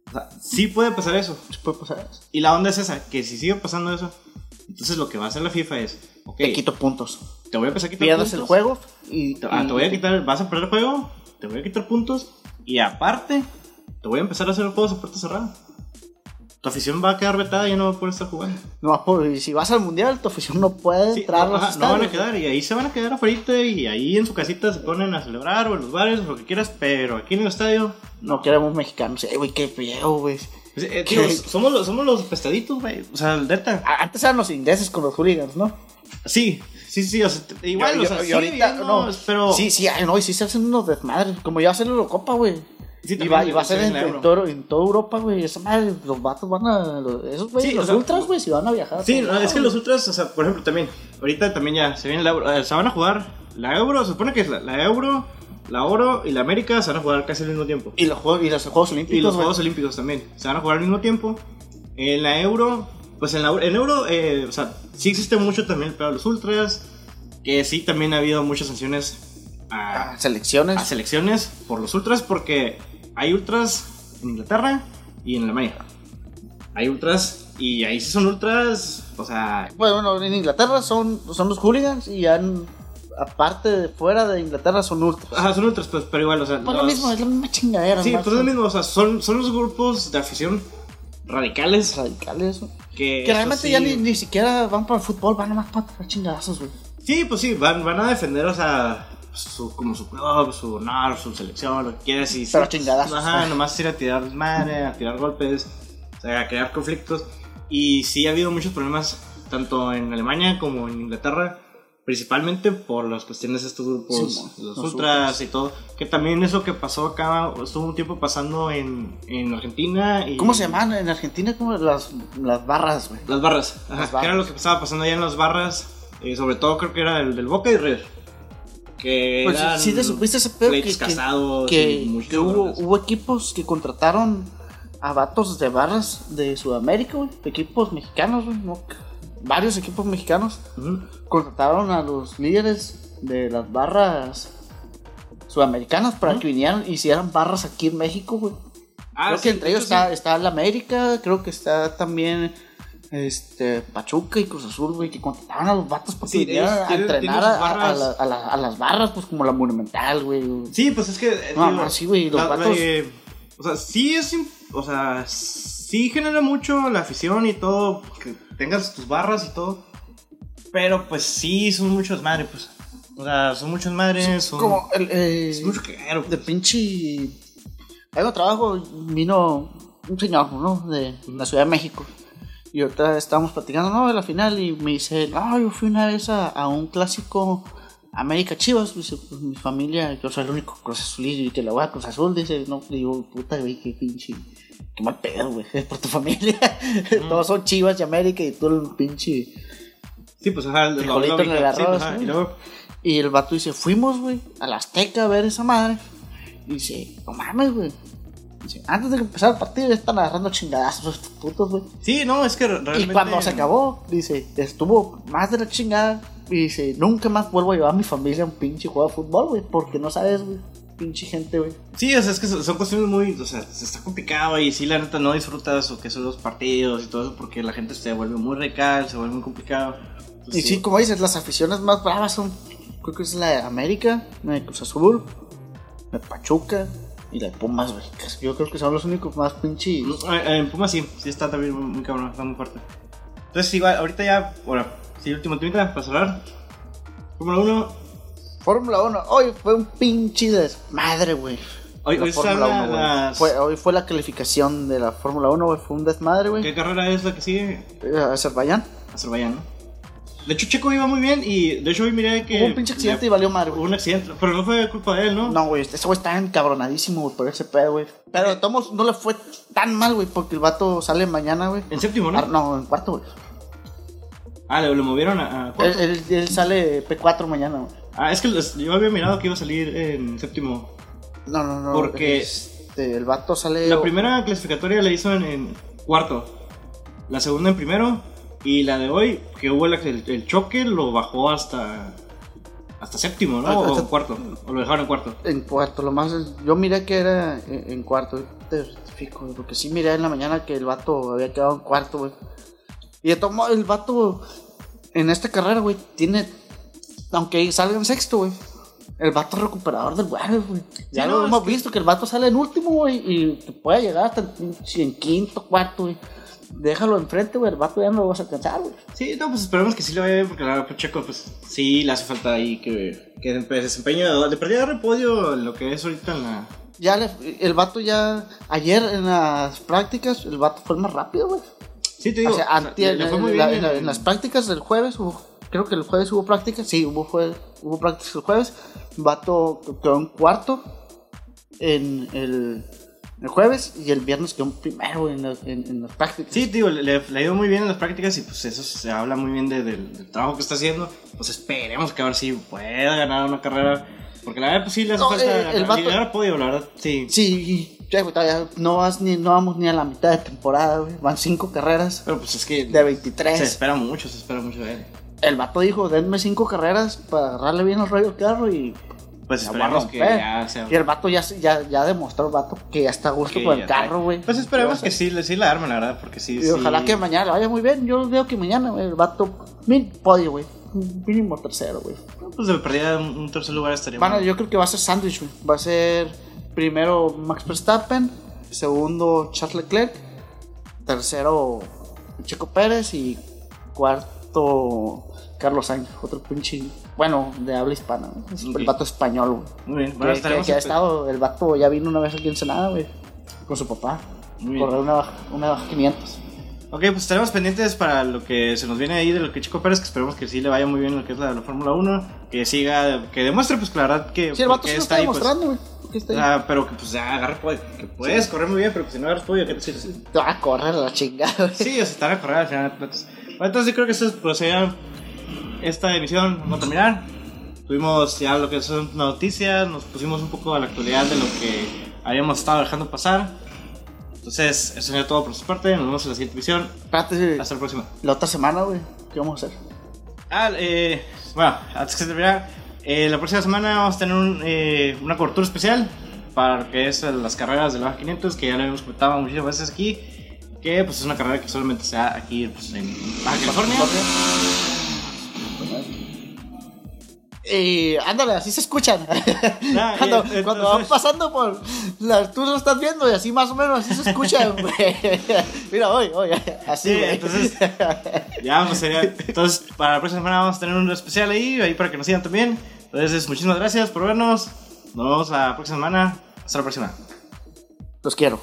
Speaker 1: O sea, sí puede pasar eso.
Speaker 2: Se puede pasar eso.
Speaker 1: Y la onda es esa, que si sigue pasando eso, entonces lo que va a hacer la FIFA es, ok,
Speaker 2: Te quito puntos.
Speaker 1: te voy a empezar a quitar
Speaker 2: Pierdes el
Speaker 1: puntos.
Speaker 2: juego y.
Speaker 1: Te- ah, te voy a quitar, vas a perder el juego, te voy a quitar puntos y aparte te voy a empezar a hacer el juego a puerta cerrada. Tu afición va a quedar vetada y ya no va a poder estar jugando.
Speaker 2: No, por- y si vas al mundial, tu afición no puede
Speaker 1: Sí,
Speaker 2: entrar. a
Speaker 1: no,
Speaker 2: los
Speaker 1: ajá, no van a
Speaker 2: estadios.
Speaker 1: quedar y ahí se van a quedar afuera y ahí en su casita se ponen a celebrar o en los bares o lo que quieras, pero aquí en el estadio
Speaker 2: No queremos mexicanos. Ey, güey, qué feo, güey.
Speaker 1: pues, eh,
Speaker 2: ¿Qué?
Speaker 1: digo, somos los somos los pestaditos, güey. O sea, el neta.
Speaker 2: A- Antes eran los ingleses con los hooligans, ¿no?
Speaker 1: Sí, sí, sí, o sea, te- igual,
Speaker 2: Yo-
Speaker 1: o
Speaker 2: yo-
Speaker 1: sea,
Speaker 2: yo
Speaker 1: sigue
Speaker 2: ahorita,
Speaker 1: habiendo,
Speaker 2: no.
Speaker 1: pero
Speaker 2: Sí, sí, ay, no, y sí se hacen unos desmadres. Como ya va a ser la Eurocopa, güey.
Speaker 1: Sí,
Speaker 2: y
Speaker 1: también
Speaker 2: va, y va a
Speaker 1: se
Speaker 2: ser
Speaker 1: ve en
Speaker 2: en,
Speaker 1: la
Speaker 2: en
Speaker 1: Euro.
Speaker 2: todo- en toda Europa, güey. Esa madre, los vatos van a. los- esos, güey,
Speaker 1: Sí, o
Speaker 2: los
Speaker 1: sea,
Speaker 2: ultras, güey, si van a viajar. a
Speaker 1: Sí,
Speaker 2: todos
Speaker 1: no, es que los
Speaker 2: lados,
Speaker 1: ultras, o sea, por ejemplo, también, ahorita también ya se viene la euro, eh, se van a jugar la euro, se supone que es la, la euro, la oro y la américa se van a jugar casi al mismo tiempo.
Speaker 2: güey. Y los Juegos, y los juegos Olímpicos.
Speaker 1: Y los
Speaker 2: güey.
Speaker 1: Juegos Olímpicos también, se van a jugar al mismo tiempo. En la euro, pues en la en euro, eh, o sea, sí existe mucho también el pedo de los ultras, que sí también ha habido muchas sanciones a,
Speaker 2: Ah, selecciones.
Speaker 1: a selecciones por los ultras porque hay ultras en Inglaterra y en Alemania. Hay ultras y ahí sí son ultras, o sea,
Speaker 2: Bueno, en Inglaterra son, son los hooligans y ya en- aparte de fuera de Inglaterra son ultras.
Speaker 1: Ajá, son ultras, pues, pero igual, o sea.
Speaker 2: Pues lo
Speaker 1: los-
Speaker 2: mismo, es la misma chingadera.
Speaker 1: Sí,
Speaker 2: nomás
Speaker 1: pues es lo
Speaker 2: son
Speaker 1: mismo, o sea, son, son los grupos de afición radicales
Speaker 2: Radicales, güey.
Speaker 1: que.
Speaker 2: Que
Speaker 1: eso
Speaker 2: realmente
Speaker 1: sí-
Speaker 2: ya ni, ni siquiera van para el fútbol, van nomás para tirar chingadazos, güey.
Speaker 1: Sí, pues sí, van, van a defender, o sea, su, como su club, su honor, su selección, lo que quieras. Y,
Speaker 2: Pero
Speaker 1: sí,
Speaker 2: chingadazos.
Speaker 1: Ajá, nomás ir a tirar desmadre, a tirar golpes, o sea, a crear conflictos. Y sí ha habido muchos problemas, tanto en Alemania como en Inglaterra, principalmente por las cuestiones de estos grupos,
Speaker 2: Sí, mo,
Speaker 1: los
Speaker 2: los
Speaker 1: ultras y todo. Que también eso que pasó acá, estuvo un tiempo pasando en, en Argentina. Y
Speaker 2: ¿Cómo se llaman en Argentina? Como las, las barras, güey.
Speaker 1: Las barras. Ajá,
Speaker 2: Las
Speaker 1: que era
Speaker 2: barras.
Speaker 1: lo que estaba pasando allá en las barras. eh, sobre todo creo que era el del Boca y River. Que
Speaker 2: Pues
Speaker 1: eran
Speaker 2: sí, te supiste ese pedo que,
Speaker 1: pleitos
Speaker 2: que,
Speaker 1: casados y
Speaker 2: que,
Speaker 1: muchos
Speaker 2: que hubo,
Speaker 1: problemas.
Speaker 2: hubo equipos que contrataron a vatos de barras de Sudamérica, güey. Equipos mexicanos, güey. ¿no? Varios equipos mexicanos
Speaker 1: Ujú.
Speaker 2: contrataron a los líderes de las barras sudamericanas para
Speaker 1: Ujú.
Speaker 2: que vinieran y hicieran barras aquí en México, güey.
Speaker 1: Ah,
Speaker 2: creo
Speaker 1: sí,
Speaker 2: que entre
Speaker 1: de
Speaker 2: ellos
Speaker 1: hecho,
Speaker 2: está,
Speaker 1: sí.
Speaker 2: está la América, creo que está también este Pachuca y Cruz Azul, güey, que contrataron a los vatos para
Speaker 1: Sí,
Speaker 2: que vinieran
Speaker 1: ellos
Speaker 2: a
Speaker 1: tienen-
Speaker 2: entrenar
Speaker 1: tienen sus
Speaker 2: a, a
Speaker 1: barras.
Speaker 2: la- a la- a las barras, pues como la Monumental, güey.
Speaker 1: Sí, pues es que. eh,
Speaker 2: No,
Speaker 1: digo,
Speaker 2: no, sí, güey, los
Speaker 1: la- la-
Speaker 2: vatos-
Speaker 1: eh, o sea, sí es. im- O sea, sí genera mucho la afición y todo. Que tengas tus barras y todo. Pero pues sí, son muchos madres, pues. O sea, son muchos madres. Son,
Speaker 2: Como el, eh,
Speaker 1: es mucho cagadero,
Speaker 2: de
Speaker 1: pues.
Speaker 2: pinche. Algo trabajo, vino un señor, ¿no? De la Ciudad de México. Y otra estábamos platicando, ¿no? De la final. Y me dice, no, yo fui una vez a, a un clásico América Chivas. Dice, pues mi familia, yo soy el único Cruz Azul y que la voy a Cruz Azul. Dice, no, le digo, puta, güey, qué pinche. Qué mal pedo, güey, es por tu familia. Todos son Chivas y América y tú el pinche.
Speaker 1: Sí, pues ajá, la- la
Speaker 2: Frijolito en el
Speaker 1: lógica, sí, pues,
Speaker 2: arroz,
Speaker 1: ajá,
Speaker 2: ¿no?
Speaker 1: y luego-
Speaker 2: Y el vato dice, fuimos, güey, a la Azteca a ver esa madre. Y dice, no mames, güey. Dice, antes de que empezara el partido ya están agarrando chingadazos estos putos, güey.
Speaker 1: Sí, no, es que realmente.
Speaker 2: Y cuando se acabó, dice, estuvo más de la chingada. Y dice, nunca más vuelvo a llevar a mi familia a un pinche juego de fútbol, güey, porque no sabes, güey. pinche gente, güey.
Speaker 1: Sí, o sea, es que son son cuestiones muy. O sea, se está complicado y sí, la neta no disfrutas o que son los partidos y todo eso porque la gente se vuelve muy recal, se vuelve muy complicado.
Speaker 2: Y sí, como dices, las aficiones más bravas son, creo que es la de América, la de Cruz Azul, la de Pachuca y la de Pumas, güey. que Yo creo que son los únicos más pinches.
Speaker 1: No, eh, eh, En Puma sí, sí está también muy, muy cabrón, está muy fuerte. Entonces, igual, ahorita ya, bueno, sí, último temita para cerrar. Fórmula 1,
Speaker 2: Fórmula 1, hoy fue un pinche desmadre, güey.
Speaker 1: hoy,
Speaker 2: La
Speaker 1: hoy se
Speaker 2: Fórmula
Speaker 1: habla
Speaker 2: 1, güey.
Speaker 1: las-
Speaker 2: Fue- hoy fue la calificación de la Fórmula 1, güey. Fue un desmadre, güey.
Speaker 1: ¿Qué carrera es la que sigue?
Speaker 2: Eh, Azerbaiyán.
Speaker 1: Azerbaiyán, ¿no? De hecho, Checo iba muy bien y de hecho hoy miré que.
Speaker 2: Hubo un pinche accidente y valió madre,
Speaker 1: Hubo
Speaker 2: güey.
Speaker 1: un accidente, pero no fue culpa de él, ¿no?
Speaker 2: No, güey, ese güey está encabronadísimo, güey, por ese pedo, güey. Pero de todos modos, no le fue tan mal, güey, porque el vato sale mañana, güey.
Speaker 1: En séptimo,
Speaker 2: Ah,
Speaker 1: ¿no?
Speaker 2: No, en cuarto, güey.
Speaker 1: Ah, lo, lo movieron a. a cuarto.
Speaker 2: Él, él- él sale P4 mañana, güey.
Speaker 1: Ah, es que los- yo había mirado que iba a salir en séptimo.
Speaker 2: No, no, no.
Speaker 1: Porque-
Speaker 2: este, el vato sale.
Speaker 1: La primera clasificatoria la hizo en, en cuarto, la segunda en primero y la de hoy, que hubo el, el- el choque, lo bajó hasta. Hasta séptimo, ¿no?
Speaker 2: Ah, Hasta-
Speaker 1: o en cuarto. O lo dejaron en cuarto.
Speaker 2: En cuarto, lo más. Yo miré que era en, en cuarto, te certifico. Lo que sí miré en la mañana que el vato había quedado en cuarto, güey. Y de todo modo, el vato en esta carrera, güey, tiene. Aunque salga en sexto, güey. El vato es recuperador del lugar, güey. Ya
Speaker 1: Sí,
Speaker 2: lo
Speaker 1: no,
Speaker 2: hemos
Speaker 1: es
Speaker 2: visto, que el vato sale en último, güey. Y te puede llegar hasta el pinche- en quinto, cuarto, güey. Déjalo enfrente, güey. El vato ya no lo vas a alcanzar, güey.
Speaker 1: Sí, no, pues esperemos que sí le vaya bien, porque la verdad, pues, Checo, pues sí le hace falta ahí que, que pues, desempeño. Le perdí el podio en lo que es ahorita en la.
Speaker 2: Ya le- el vato ya. Ayer en las prácticas, el vato fue el más rápido, güey.
Speaker 1: Sí, te digo.
Speaker 2: o sea,
Speaker 1: o sea,
Speaker 2: antier-
Speaker 1: le fue muy
Speaker 2: en la-
Speaker 1: bien
Speaker 2: en la- en las prácticas del jueves, hubo- creo que el jueves hubo prácticas, sí, hubo, jue- hubo prácticas el jueves, Vato quedó en cuarto en el, el jueves y el viernes quedó en primero en, las- en- en las prácticas.
Speaker 1: Sí, te digo, le, le ha ido muy bien en las prácticas y pues eso se habla muy bien de- del, del trabajo que está haciendo. Pues esperemos que a ver si pueda ganar una carrera. Porque la verdad, pues sí le hace
Speaker 2: No, eh,
Speaker 1: falta
Speaker 2: el vato-
Speaker 1: llegar al podio, la verdad, sí.
Speaker 2: Sí, ya, güey, todavía no, vas ni, no vamos ni a la mitad de temporada, güey, van cinco carreras
Speaker 1: Pero pues es que
Speaker 2: de
Speaker 1: se
Speaker 2: 23.
Speaker 1: espera mucho, se espera mucho de él.
Speaker 2: El vato dijo, denme cinco carreras para agarrarle bien el rollo al carro y
Speaker 1: Pues
Speaker 2: la voy a
Speaker 1: esperemos que
Speaker 2: romper".
Speaker 1: ya sea.
Speaker 2: Y el vato ya, se- ya, ya demostró el vato que ya está a gusto
Speaker 1: que
Speaker 2: con el
Speaker 1: ya trae.
Speaker 2: carro, güey.
Speaker 1: Pues esperemos que sí, le- sí la armen, la verdad, porque sí.
Speaker 2: Y
Speaker 1: sí.
Speaker 2: ojalá que mañana le vaya muy bien. Yo veo que mañana, güey, el vato. Min, podio, güey. Mínimo tercero, güey.
Speaker 1: Pues de perdida un un tercer lugar estaría
Speaker 2: Bueno,
Speaker 1: mal.
Speaker 2: yo creo que va a ser sándwich, güey. Va a ser primero Max Verstappen, segundo Charles Leclerc, tercero Checo Pérez y cuarto Carlos Sainz. Otro pinche. Bueno, de habla hispana, ¿no? Es
Speaker 1: Ok.
Speaker 2: El vato español, güey.
Speaker 1: Muy bien, bueno,
Speaker 2: Que, que-
Speaker 1: estaremos
Speaker 2: que ha
Speaker 1: espe-
Speaker 2: estado, el vato ya vino una vez aquí en Senada, güey. Con su papá.
Speaker 1: Muy bien.
Speaker 2: Correr una baja, una baja 500.
Speaker 1: Ok, pues estaremos pendientes para lo que se nos viene ahí de lo que Chico Pérez, que esperemos que sí le vaya muy bien lo que es la, la Fórmula 1, que siga, que demuestre pues que la verdad que...
Speaker 2: Sí, el vato
Speaker 1: porque
Speaker 2: sí lo
Speaker 1: está
Speaker 2: está
Speaker 1: ahí, pues,
Speaker 2: demostrando, güey. que está ahí.
Speaker 1: o sea, pero que pues ya agarre podio, que puedes correr muy bien, pero que si no agarras podio, ¿qué te sirve? Sí,
Speaker 2: Te Ah, va a correr la chingada, güey.
Speaker 1: o sea, estar a correr al final. Entonces, bueno, entonces yo creo que eso es, pues ya esta emisión vamos a terminar. Tuvimos ya lo que son noticias, nos pusimos un poco a la actualidad de lo que habíamos estado dejando pasar. Entonces, eso sería todo por su parte, nos vemos en la siguiente emisión,
Speaker 2: Espérate, güey.
Speaker 1: hasta la próxima.
Speaker 2: la otra semana, güey. ¿Qué vamos a hacer?
Speaker 1: Ah, eh, bueno, antes que terminar, eh, la próxima semana vamos a tener un, eh, una cobertura especial para lo que es las carreras de la Baja 500, que ya lo hemos comentado muchas veces aquí, que pues es una carrera que solamente se da aquí pues, en Baja California.
Speaker 2: Y ándale, así se escuchan.
Speaker 1: Nah,
Speaker 2: cuando,
Speaker 1: eh,
Speaker 2: cuando
Speaker 1: entonces-
Speaker 2: van pasando por. la- tú lo estás viendo y así más o menos así se escuchan, güey. Mira, hoy, hoy. Así,
Speaker 1: Sí,
Speaker 2: güey.
Speaker 1: entonces, ya, pues sería. Entonces, para la próxima semana vamos a tener un especial ahí, ahí para que nos sigan también. Entonces, muchísimas gracias por vernos. Nos vemos la próxima semana. Hasta la próxima.
Speaker 2: Los quiero.